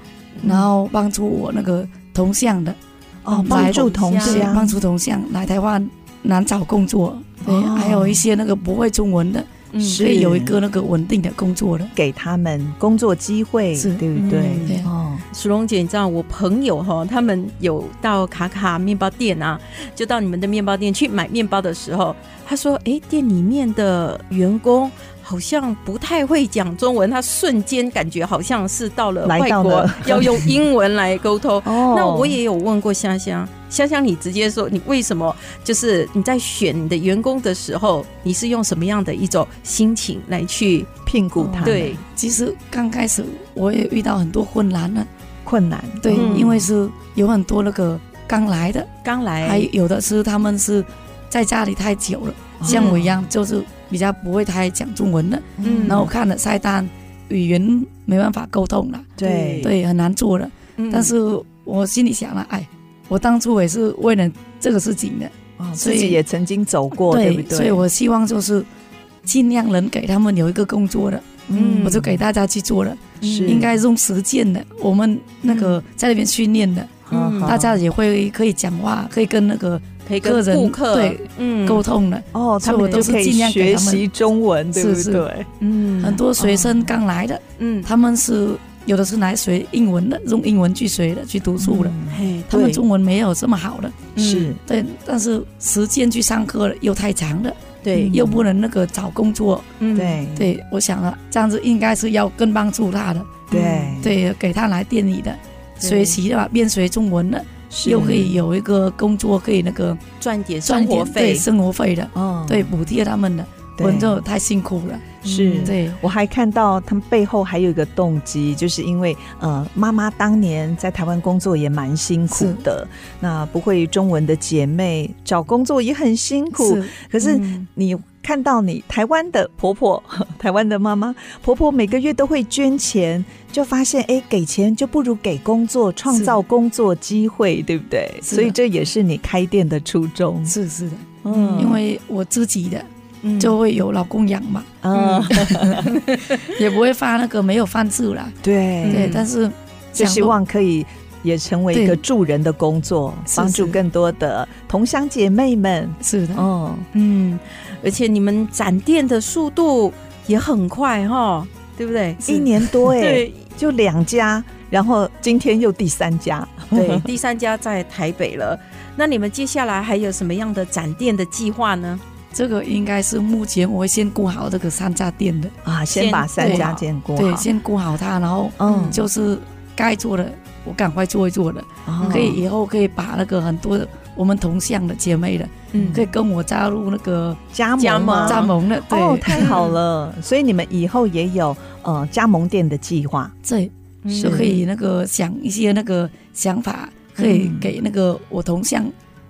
[SPEAKER 4] 然后帮助我那个同乡的，
[SPEAKER 2] 哦，帮
[SPEAKER 4] 帮
[SPEAKER 2] 助
[SPEAKER 4] 助
[SPEAKER 2] 同
[SPEAKER 1] 同
[SPEAKER 4] 对，
[SPEAKER 2] 乡，
[SPEAKER 4] 帮助同乡来台湾难找工作，对，
[SPEAKER 2] 哦
[SPEAKER 4] 还有一些那个不会中文的，
[SPEAKER 1] 嗯
[SPEAKER 2] 是
[SPEAKER 4] 所以有一个那个稳定的工作的，
[SPEAKER 2] 给他们工作机会，
[SPEAKER 4] 是
[SPEAKER 2] 对不对？
[SPEAKER 1] 嗯
[SPEAKER 4] 对
[SPEAKER 2] 哦，
[SPEAKER 1] 淑荣姐，你知道我朋友哈、他们有到卡卡面包店啊，就到你们的面包店去买面包的时候，他说：“哎，店里面的员工好像不太会讲中文，他瞬间感觉好像是到了
[SPEAKER 2] 来
[SPEAKER 1] 外
[SPEAKER 2] 到
[SPEAKER 1] 国
[SPEAKER 2] 了
[SPEAKER 1] 要用英文来沟 通。”
[SPEAKER 2] 哦
[SPEAKER 1] 那我也有问过香香，香香，你直接说你为什么就是你在选你的员工的时候，你是用什么样的一种心情来去
[SPEAKER 2] 聘雇
[SPEAKER 4] 啊
[SPEAKER 2] 他们，
[SPEAKER 1] 对
[SPEAKER 4] 其实刚开始我也遇到很多困难呢，
[SPEAKER 2] 困难，
[SPEAKER 4] 对，
[SPEAKER 1] 嗯
[SPEAKER 4] 因为是有很多那个刚来的，
[SPEAKER 1] 刚来
[SPEAKER 4] 还有的是他们是在家里太久了，像我一
[SPEAKER 2] 哦
[SPEAKER 4] 样就是比较不会太讲中文的，
[SPEAKER 1] 嗯
[SPEAKER 4] 然后我看了菜单，语言没办法沟通了，
[SPEAKER 2] 对
[SPEAKER 4] 对，很难做的。
[SPEAKER 1] 嗯
[SPEAKER 4] 但是我心里想了，哎，我当初也是为了这个事情的，
[SPEAKER 2] 哦
[SPEAKER 4] 所
[SPEAKER 2] 自
[SPEAKER 4] 以
[SPEAKER 2] 己也曾经走过，对不对？
[SPEAKER 4] 所以我希望就是尽量能给他们有一个工作的，
[SPEAKER 1] 嗯
[SPEAKER 4] 我就给大家去做了，
[SPEAKER 2] 是
[SPEAKER 4] 应该用实践的，我们那个在那边训练的，
[SPEAKER 2] 好
[SPEAKER 1] 嗯
[SPEAKER 2] 好
[SPEAKER 4] 大家也会可以讲话，可以跟那个
[SPEAKER 1] 可以跟
[SPEAKER 4] 个人
[SPEAKER 1] 顾客
[SPEAKER 4] 对
[SPEAKER 1] 嗯
[SPEAKER 4] 沟通的。
[SPEAKER 2] 哦，他
[SPEAKER 4] 所以
[SPEAKER 2] 们
[SPEAKER 4] 我都
[SPEAKER 2] 就是可以
[SPEAKER 4] 尽量
[SPEAKER 2] 学
[SPEAKER 4] 给他们
[SPEAKER 2] 习中文，对不
[SPEAKER 4] 是是
[SPEAKER 2] 对？
[SPEAKER 1] 嗯
[SPEAKER 4] 很多学生刚来的，
[SPEAKER 1] 嗯
[SPEAKER 4] 他们是有的是来学英文的，用英文去学的，去读书的。
[SPEAKER 2] 嗯
[SPEAKER 1] 嘿
[SPEAKER 4] 他们
[SPEAKER 2] 对
[SPEAKER 4] 中文没有这么好的，
[SPEAKER 2] 是
[SPEAKER 4] 对，但是时间去上课了又太长了，
[SPEAKER 1] 对
[SPEAKER 4] 又不能那个找工作，
[SPEAKER 1] 嗯
[SPEAKER 2] 对
[SPEAKER 4] 对我想了，这样子应该是要更帮助他的，
[SPEAKER 2] 对
[SPEAKER 4] 嗯对，给他来店里的
[SPEAKER 1] 对
[SPEAKER 4] 学习的吧，边学中文的，
[SPEAKER 2] 是
[SPEAKER 4] 又可以有一个工作，可以那个
[SPEAKER 1] 赚点
[SPEAKER 4] 赚
[SPEAKER 1] 生
[SPEAKER 4] 点
[SPEAKER 1] 活
[SPEAKER 4] 对
[SPEAKER 1] 费
[SPEAKER 4] 生活费的，
[SPEAKER 2] 哦
[SPEAKER 4] 对补贴他们的，
[SPEAKER 2] 对
[SPEAKER 4] 我们就嗯太辛苦了，
[SPEAKER 2] 是
[SPEAKER 4] 对。
[SPEAKER 2] 我还看到他们背后还有一个动机，就是因为呃，妈妈当年在台湾工作也蛮辛苦的，那不会中文的姐妹找工作也很辛苦。
[SPEAKER 4] 是嗯
[SPEAKER 2] 可是你看到你台湾的婆婆、 台湾的妈妈、婆婆每个月都会捐钱，就发现哎，给钱就不如给工作，创造工作机会，对不对？
[SPEAKER 4] 是的
[SPEAKER 2] 所以这也是你开店的初衷。
[SPEAKER 4] 是是的，
[SPEAKER 2] 嗯
[SPEAKER 4] 因为我自己的
[SPEAKER 1] 嗯
[SPEAKER 4] 就会有老公养 嘛，
[SPEAKER 2] 嗯，
[SPEAKER 4] 也不会发那个没有饭吃啦。
[SPEAKER 2] 对
[SPEAKER 4] 对，但是
[SPEAKER 2] 嗯就
[SPEAKER 4] 想
[SPEAKER 2] 希
[SPEAKER 4] 说
[SPEAKER 2] 望可以也成为一个助人的工作，
[SPEAKER 4] 是
[SPEAKER 2] 帮助更多的同乡姐妹们。
[SPEAKER 4] 是的，
[SPEAKER 2] 哦，
[SPEAKER 1] 嗯，而且你们展店的速度也很快哈，对不对？
[SPEAKER 2] 一年多哎，
[SPEAKER 1] 对
[SPEAKER 2] 就两家，然后今天又第三家。
[SPEAKER 1] 对，第三家在台北了。那你们接下来还有什么样的展店的计划呢？
[SPEAKER 4] 这个应该是目前我会先顾好这个三家店的，
[SPEAKER 2] 啊，先
[SPEAKER 1] 先
[SPEAKER 2] 把三
[SPEAKER 4] 过
[SPEAKER 2] 家
[SPEAKER 4] 好
[SPEAKER 2] 兼顾
[SPEAKER 4] 对，
[SPEAKER 2] 好，
[SPEAKER 4] 先顾好它，然后
[SPEAKER 2] 嗯
[SPEAKER 4] 就是该做的我赶快做一做的，
[SPEAKER 2] 哦
[SPEAKER 4] 可以以后可以把那个很多我们同乡的姐妹的，
[SPEAKER 1] 嗯
[SPEAKER 4] 可以跟我加入那个
[SPEAKER 2] 加盟
[SPEAKER 1] 加盟
[SPEAKER 2] 吗
[SPEAKER 1] 啊
[SPEAKER 4] 加盟的，
[SPEAKER 2] 哦，
[SPEAKER 4] 对，
[SPEAKER 2] 太好了！所以你们以后也有呃加盟店的计划，
[SPEAKER 4] 这
[SPEAKER 1] 嗯
[SPEAKER 4] 就可以那个想一些那个想法，可以
[SPEAKER 2] 嗯
[SPEAKER 4] 给那个我同乡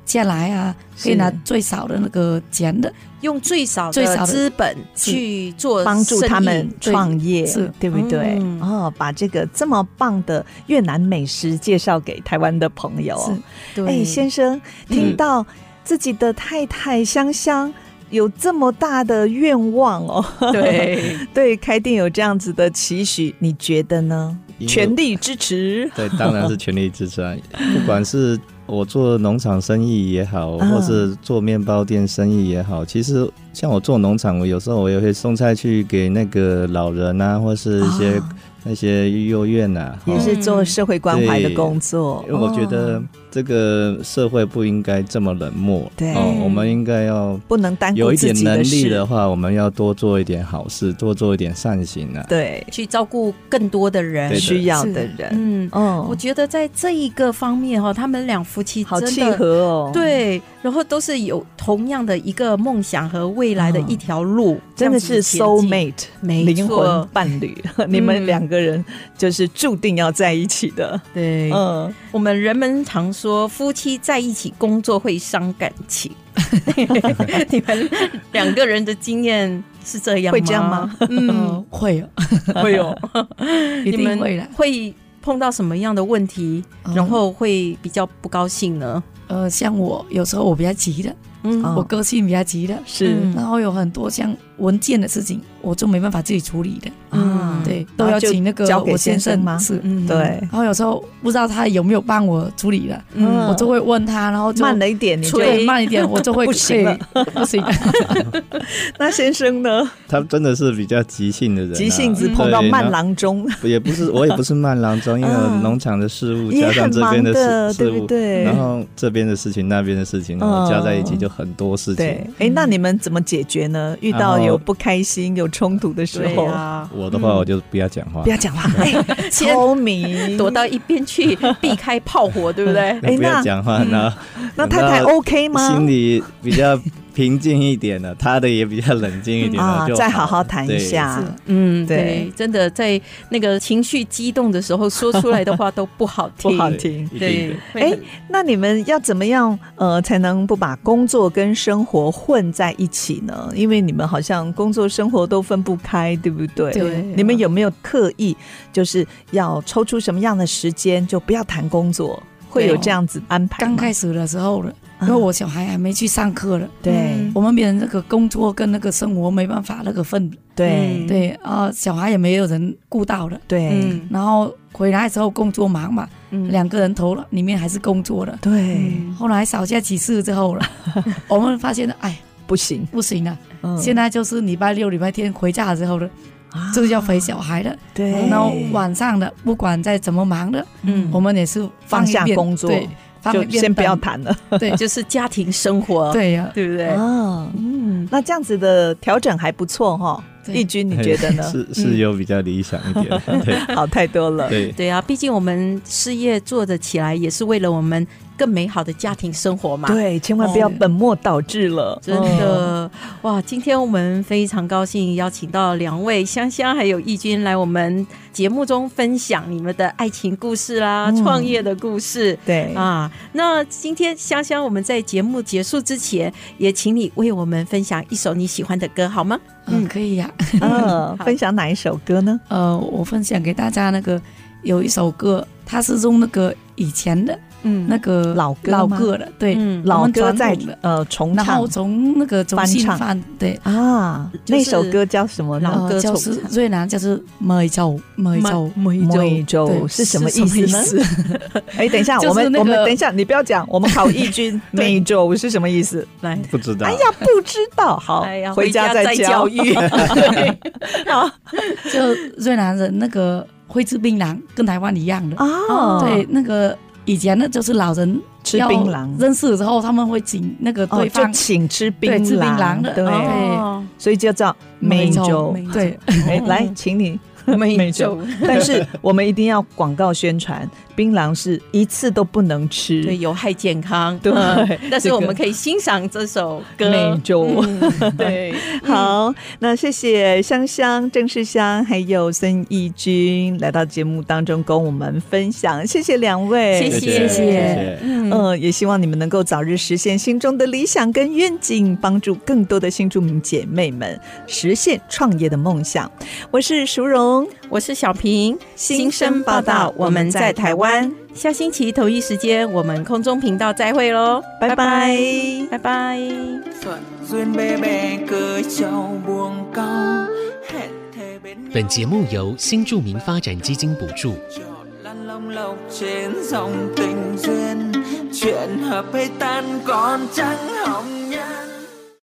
[SPEAKER 4] 下来啊，可以
[SPEAKER 2] 是
[SPEAKER 4] 拿最少的那个钱的，
[SPEAKER 1] 用最少
[SPEAKER 4] 最少
[SPEAKER 1] 的
[SPEAKER 4] 的
[SPEAKER 1] 资本
[SPEAKER 4] 是
[SPEAKER 1] 去做
[SPEAKER 2] 帮助他们
[SPEAKER 1] 生意
[SPEAKER 4] 对
[SPEAKER 2] 创业，
[SPEAKER 4] 是
[SPEAKER 2] 对不对？
[SPEAKER 1] 嗯
[SPEAKER 2] 哦，把这个这么棒的越南美食介绍给台湾的朋友。
[SPEAKER 4] 是
[SPEAKER 1] 对嗯
[SPEAKER 2] 哎，先生，听到自己的太太香香有这么大的愿望哦，
[SPEAKER 1] 对，
[SPEAKER 2] 对开店有这样子的期许，你觉得呢？
[SPEAKER 5] 因为
[SPEAKER 2] 全力支 持，
[SPEAKER 5] 对，当然是全力支持啊！不管是我做农场生意也好，
[SPEAKER 2] 嗯
[SPEAKER 5] 或是做面包店生意也好，其实像我做农场，我有时候我也会送菜去给那个老人啊，或是一些、
[SPEAKER 2] 啊
[SPEAKER 5] 那些幼院啊，
[SPEAKER 2] 也
[SPEAKER 5] 哦
[SPEAKER 1] 嗯
[SPEAKER 2] 是做社会关怀的工作
[SPEAKER 5] 因为。我觉得
[SPEAKER 2] 哦
[SPEAKER 5] 这这个社会不应该这么冷漠，
[SPEAKER 2] 对
[SPEAKER 5] 哦，我们应该要
[SPEAKER 2] 不能单
[SPEAKER 5] 有
[SPEAKER 2] 顾
[SPEAKER 5] 一
[SPEAKER 2] 自
[SPEAKER 5] 点
[SPEAKER 2] 己
[SPEAKER 5] 能
[SPEAKER 2] 的
[SPEAKER 5] 力
[SPEAKER 2] 事。
[SPEAKER 5] 的话，我们要多做一点好事，多做一点善行啊。
[SPEAKER 2] 对，
[SPEAKER 1] 去照顾更多的人
[SPEAKER 5] 对。
[SPEAKER 2] 需要
[SPEAKER 1] 是
[SPEAKER 2] 的人，
[SPEAKER 1] 嗯，我
[SPEAKER 2] 哦，
[SPEAKER 1] 觉得在这一个方面哈，他们两夫妻
[SPEAKER 2] 好
[SPEAKER 1] 真
[SPEAKER 2] 契
[SPEAKER 1] 的
[SPEAKER 2] 合哦。，
[SPEAKER 1] 对，然后都是有同样的一个梦想和未来的一条路，
[SPEAKER 2] 啊真
[SPEAKER 1] 这样
[SPEAKER 2] 的
[SPEAKER 1] 子
[SPEAKER 2] 是
[SPEAKER 1] 前进
[SPEAKER 2] soul mate，
[SPEAKER 1] 没
[SPEAKER 2] 灵魂
[SPEAKER 1] 错。
[SPEAKER 2] 伴侣， 你们
[SPEAKER 1] 嗯
[SPEAKER 2] 两个人就是注定要在一起的。
[SPEAKER 1] 对，
[SPEAKER 2] 嗯，
[SPEAKER 1] 我们人们常说夫妻在一起工作会伤感情， 你们两个人的经验是这样吗？
[SPEAKER 2] 会这样吗？
[SPEAKER 1] 嗯，
[SPEAKER 4] 嗯，会 哦，
[SPEAKER 2] 会 有
[SPEAKER 4] 一
[SPEAKER 1] 你
[SPEAKER 4] 定
[SPEAKER 1] 们
[SPEAKER 4] 会的。
[SPEAKER 1] 会碰到什么样的问题，
[SPEAKER 2] 哦
[SPEAKER 4] 嗯
[SPEAKER 1] 然后会比较不高兴呢？
[SPEAKER 4] 呃，像我有时候我比较急的，
[SPEAKER 1] 嗯，
[SPEAKER 2] 哦
[SPEAKER 4] 我个性比较急的，
[SPEAKER 2] 是
[SPEAKER 1] 嗯
[SPEAKER 4] 然后有很多像文件的事情，我就没办法自己处理的，
[SPEAKER 1] 嗯
[SPEAKER 4] 对，
[SPEAKER 2] 然
[SPEAKER 4] 都
[SPEAKER 2] 后
[SPEAKER 4] 要
[SPEAKER 2] 就
[SPEAKER 4] 请那个
[SPEAKER 2] 交给
[SPEAKER 4] 我
[SPEAKER 2] 先
[SPEAKER 4] 先
[SPEAKER 2] 生
[SPEAKER 4] 生
[SPEAKER 2] 吗
[SPEAKER 4] 是，
[SPEAKER 1] 嗯，
[SPEAKER 2] 对，
[SPEAKER 4] 然后有时候不知道他有没有帮我处理了，
[SPEAKER 2] 嗯
[SPEAKER 4] 我就会问他，然后就
[SPEAKER 2] 慢了一点，你就
[SPEAKER 4] 对慢一点，我就会
[SPEAKER 2] 不行了，
[SPEAKER 4] 对不行，
[SPEAKER 2] 那先生呢？
[SPEAKER 5] 他真的是比较急性的人啊、
[SPEAKER 2] 急性子
[SPEAKER 5] 对
[SPEAKER 2] 碰到慢，
[SPEAKER 5] 然
[SPEAKER 2] 郎中，
[SPEAKER 5] 后也不是我也不是慢郎中，因为
[SPEAKER 2] 嗯
[SPEAKER 5] 农场的事务
[SPEAKER 2] 也
[SPEAKER 5] 加上
[SPEAKER 2] 很
[SPEAKER 5] 这
[SPEAKER 2] 忙
[SPEAKER 5] 边
[SPEAKER 2] 的，
[SPEAKER 5] 事事
[SPEAKER 2] 对不
[SPEAKER 5] 务，
[SPEAKER 2] 对？
[SPEAKER 5] 然后这边的事情那边的事情，然后加在一起
[SPEAKER 2] 嗯
[SPEAKER 5] 就很多事
[SPEAKER 2] 对
[SPEAKER 5] 情。，
[SPEAKER 2] 哎，那你们怎么解决呢？遇到
[SPEAKER 5] 然后
[SPEAKER 2] 有不开心、有冲突的时
[SPEAKER 1] 对
[SPEAKER 2] 候，
[SPEAKER 1] 啊，
[SPEAKER 5] 我的话我就不要讲话
[SPEAKER 2] 嗯不，要讲话，哎，
[SPEAKER 1] 先
[SPEAKER 2] 聪明，
[SPEAKER 1] 躲到一边去避开炮火，对不对？
[SPEAKER 2] 哎
[SPEAKER 5] 不要
[SPEAKER 2] 那
[SPEAKER 5] 讲话，然后
[SPEAKER 2] 那太太
[SPEAKER 5] 等到
[SPEAKER 2] OK 吗？
[SPEAKER 5] 心里比较平静一点 了，他的也比较冷静一点了，
[SPEAKER 2] 啊
[SPEAKER 5] 就，
[SPEAKER 2] 再好好谈一
[SPEAKER 5] 对
[SPEAKER 2] 下。
[SPEAKER 1] 嗯，
[SPEAKER 2] 对
[SPEAKER 1] 对，真的在那个情绪激动的时候说出来的话都不好听，
[SPEAKER 2] 不好
[SPEAKER 5] 对
[SPEAKER 2] 听。
[SPEAKER 5] 一定
[SPEAKER 1] 对
[SPEAKER 5] 的。，
[SPEAKER 1] 会
[SPEAKER 2] 哎
[SPEAKER 1] 很
[SPEAKER 2] 那你们要怎么样呃，才能不把工作跟生活混在一起呢？因为你们好像工作生活都分不开，对不对？
[SPEAKER 1] 对
[SPEAKER 2] 你们有没有刻意就是要抽出什么样的时间，就不要谈工作？会有
[SPEAKER 4] 对
[SPEAKER 2] 这样子安排
[SPEAKER 4] 刚
[SPEAKER 2] 吗？
[SPEAKER 4] 开始的时候了，
[SPEAKER 2] 嗯
[SPEAKER 4] 因为我小孩还没去上课了，
[SPEAKER 2] 对
[SPEAKER 4] 我们别人那个工作跟那个生活没办法那个分，
[SPEAKER 2] 对
[SPEAKER 1] 嗯
[SPEAKER 4] 对啊、呃小孩也没有人顾到了，
[SPEAKER 2] 对
[SPEAKER 1] 嗯
[SPEAKER 4] 然后回来之后工作忙嘛，
[SPEAKER 1] 嗯
[SPEAKER 4] 两个人头里面还是工作的。
[SPEAKER 2] 对，
[SPEAKER 4] 后来吵架几次 之后了，我们发现哎
[SPEAKER 2] 不行，
[SPEAKER 4] 不行了，
[SPEAKER 2] 嗯
[SPEAKER 4] 现在就是礼拜六、礼拜天回家之后呢，
[SPEAKER 2] 啊
[SPEAKER 4] 就是要陪小孩了。
[SPEAKER 2] 对，
[SPEAKER 4] 然后晚上的不管再怎么忙的，
[SPEAKER 1] 嗯
[SPEAKER 4] 我们也是
[SPEAKER 2] 放
[SPEAKER 4] 一
[SPEAKER 2] 下
[SPEAKER 4] 边
[SPEAKER 2] 工作
[SPEAKER 4] 对，放一
[SPEAKER 2] 就
[SPEAKER 4] 边
[SPEAKER 2] 先不要
[SPEAKER 4] 等
[SPEAKER 2] 谈了。
[SPEAKER 4] 对，就
[SPEAKER 1] 就是家庭生活，
[SPEAKER 4] 对呀、
[SPEAKER 1] 对不对？
[SPEAKER 2] 啊，
[SPEAKER 1] 嗯，
[SPEAKER 2] 那这样子的调整还不错哈。
[SPEAKER 4] 对
[SPEAKER 2] 义军，你觉得呢？
[SPEAKER 5] 是是有比较理想一点，对
[SPEAKER 2] 好太多了。
[SPEAKER 5] 对。
[SPEAKER 1] 对啊，毕竟我们事业做得起来，也是为了我们更美好的家庭生活嘛。
[SPEAKER 2] 对，千万不要
[SPEAKER 4] 哦
[SPEAKER 2] 本末倒置了，
[SPEAKER 1] 真的、哇！今天我们非常高兴邀请到两位香香还有义军来我们节目中分享你们的爱情故事啦、
[SPEAKER 2] 嗯
[SPEAKER 1] 创业的故事
[SPEAKER 2] 对
[SPEAKER 1] 啊。那今天香香，我们在节目结束之前，也请你为我们分享一首你喜欢的歌好吗？
[SPEAKER 4] 嗯，可以呀、
[SPEAKER 2] 嗯，
[SPEAKER 1] 好
[SPEAKER 2] 分享哪一首歌呢？
[SPEAKER 4] 呃，我分享给大家那个有一首歌，它是用那个以前的
[SPEAKER 1] 嗯
[SPEAKER 4] 那个
[SPEAKER 2] 老歌
[SPEAKER 4] 老
[SPEAKER 2] 吗
[SPEAKER 4] 歌的，对，
[SPEAKER 1] 嗯
[SPEAKER 2] 老
[SPEAKER 4] 我们
[SPEAKER 2] 歌
[SPEAKER 4] 传
[SPEAKER 2] 在
[SPEAKER 4] 统的，
[SPEAKER 2] 呃重
[SPEAKER 4] 然
[SPEAKER 2] 唱
[SPEAKER 4] 后从那个中
[SPEAKER 2] 翻
[SPEAKER 4] 信
[SPEAKER 2] 唱
[SPEAKER 4] 翻对。
[SPEAKER 2] 啊，
[SPEAKER 1] 就
[SPEAKER 2] 那
[SPEAKER 1] 是
[SPEAKER 2] 首歌叫什么呢？
[SPEAKER 1] 老歌
[SPEAKER 4] 呃、就
[SPEAKER 1] 重
[SPEAKER 4] 是
[SPEAKER 1] 唱
[SPEAKER 4] 越南，就是每周每周每
[SPEAKER 2] 莫州
[SPEAKER 4] 对
[SPEAKER 2] 是什么
[SPEAKER 4] 是什
[SPEAKER 2] 意
[SPEAKER 4] 么
[SPEAKER 2] 思
[SPEAKER 4] 意
[SPEAKER 2] 呢？ 哎，等一下，
[SPEAKER 4] 就是
[SPEAKER 2] 我们
[SPEAKER 4] 那
[SPEAKER 2] 我们
[SPEAKER 4] 个
[SPEAKER 2] 等一下，你不要讲，我们考义军每周是什么意思？
[SPEAKER 1] 来，
[SPEAKER 5] 不知道，
[SPEAKER 2] 哎呀，不知道，好
[SPEAKER 1] 哎呀，
[SPEAKER 2] 回家
[SPEAKER 1] 回家再
[SPEAKER 2] 教
[SPEAKER 1] 教 育
[SPEAKER 4] 就越南人那个会吃槟榔，跟台湾一样的。
[SPEAKER 2] 啊，
[SPEAKER 4] 对，，那个以前呢，就是老人
[SPEAKER 2] 吃
[SPEAKER 4] 哦要
[SPEAKER 2] 槟榔。
[SPEAKER 4] 认识的时候，他们会请那个
[SPEAKER 2] 哦，
[SPEAKER 4] 对
[SPEAKER 2] 就
[SPEAKER 4] 方、
[SPEAKER 2] 请吃槟
[SPEAKER 4] 对吃槟
[SPEAKER 2] 榔
[SPEAKER 4] 榔的
[SPEAKER 2] 对，
[SPEAKER 1] 哦
[SPEAKER 2] 所以就叫美洲。
[SPEAKER 4] 对，
[SPEAKER 2] 哎，来，请你酒
[SPEAKER 1] 美酒，
[SPEAKER 2] 但是我们一定要广告宣传，槟榔是一次都不能吃。
[SPEAKER 1] 对，有害健康。
[SPEAKER 2] 对
[SPEAKER 1] 嗯但
[SPEAKER 2] 这
[SPEAKER 1] 是
[SPEAKER 2] 个
[SPEAKER 1] 我们可以欣赏这首歌。
[SPEAKER 2] 美酒
[SPEAKER 1] 嗯对，
[SPEAKER 2] 好，那谢谢香香、郑世香还有孙义军来到节目当中跟我们分享，谢谢两位，
[SPEAKER 1] 谢
[SPEAKER 5] 谢
[SPEAKER 1] 谢
[SPEAKER 5] 谢谢。
[SPEAKER 1] 嗯
[SPEAKER 2] 嗯、也希望你们能够早日实现心中的理想跟愿景，帮助更多的新住民姐妹们实现创业的梦想。我是淑荣，
[SPEAKER 1] 我是小平，
[SPEAKER 2] 新生报道我们在台湾。
[SPEAKER 1] 下星期同一时间，我们空中频道再会喽，
[SPEAKER 2] 拜拜
[SPEAKER 1] 拜拜。
[SPEAKER 8] duyên bê bê cười chào buồn cao hẹn thề bên nhau
[SPEAKER 9] 本节目由新著名发展基金补助。
[SPEAKER 8] chọn lăn long lộc trên dòng tình duyên chuyện hợp hay tan còn chẳng hỏng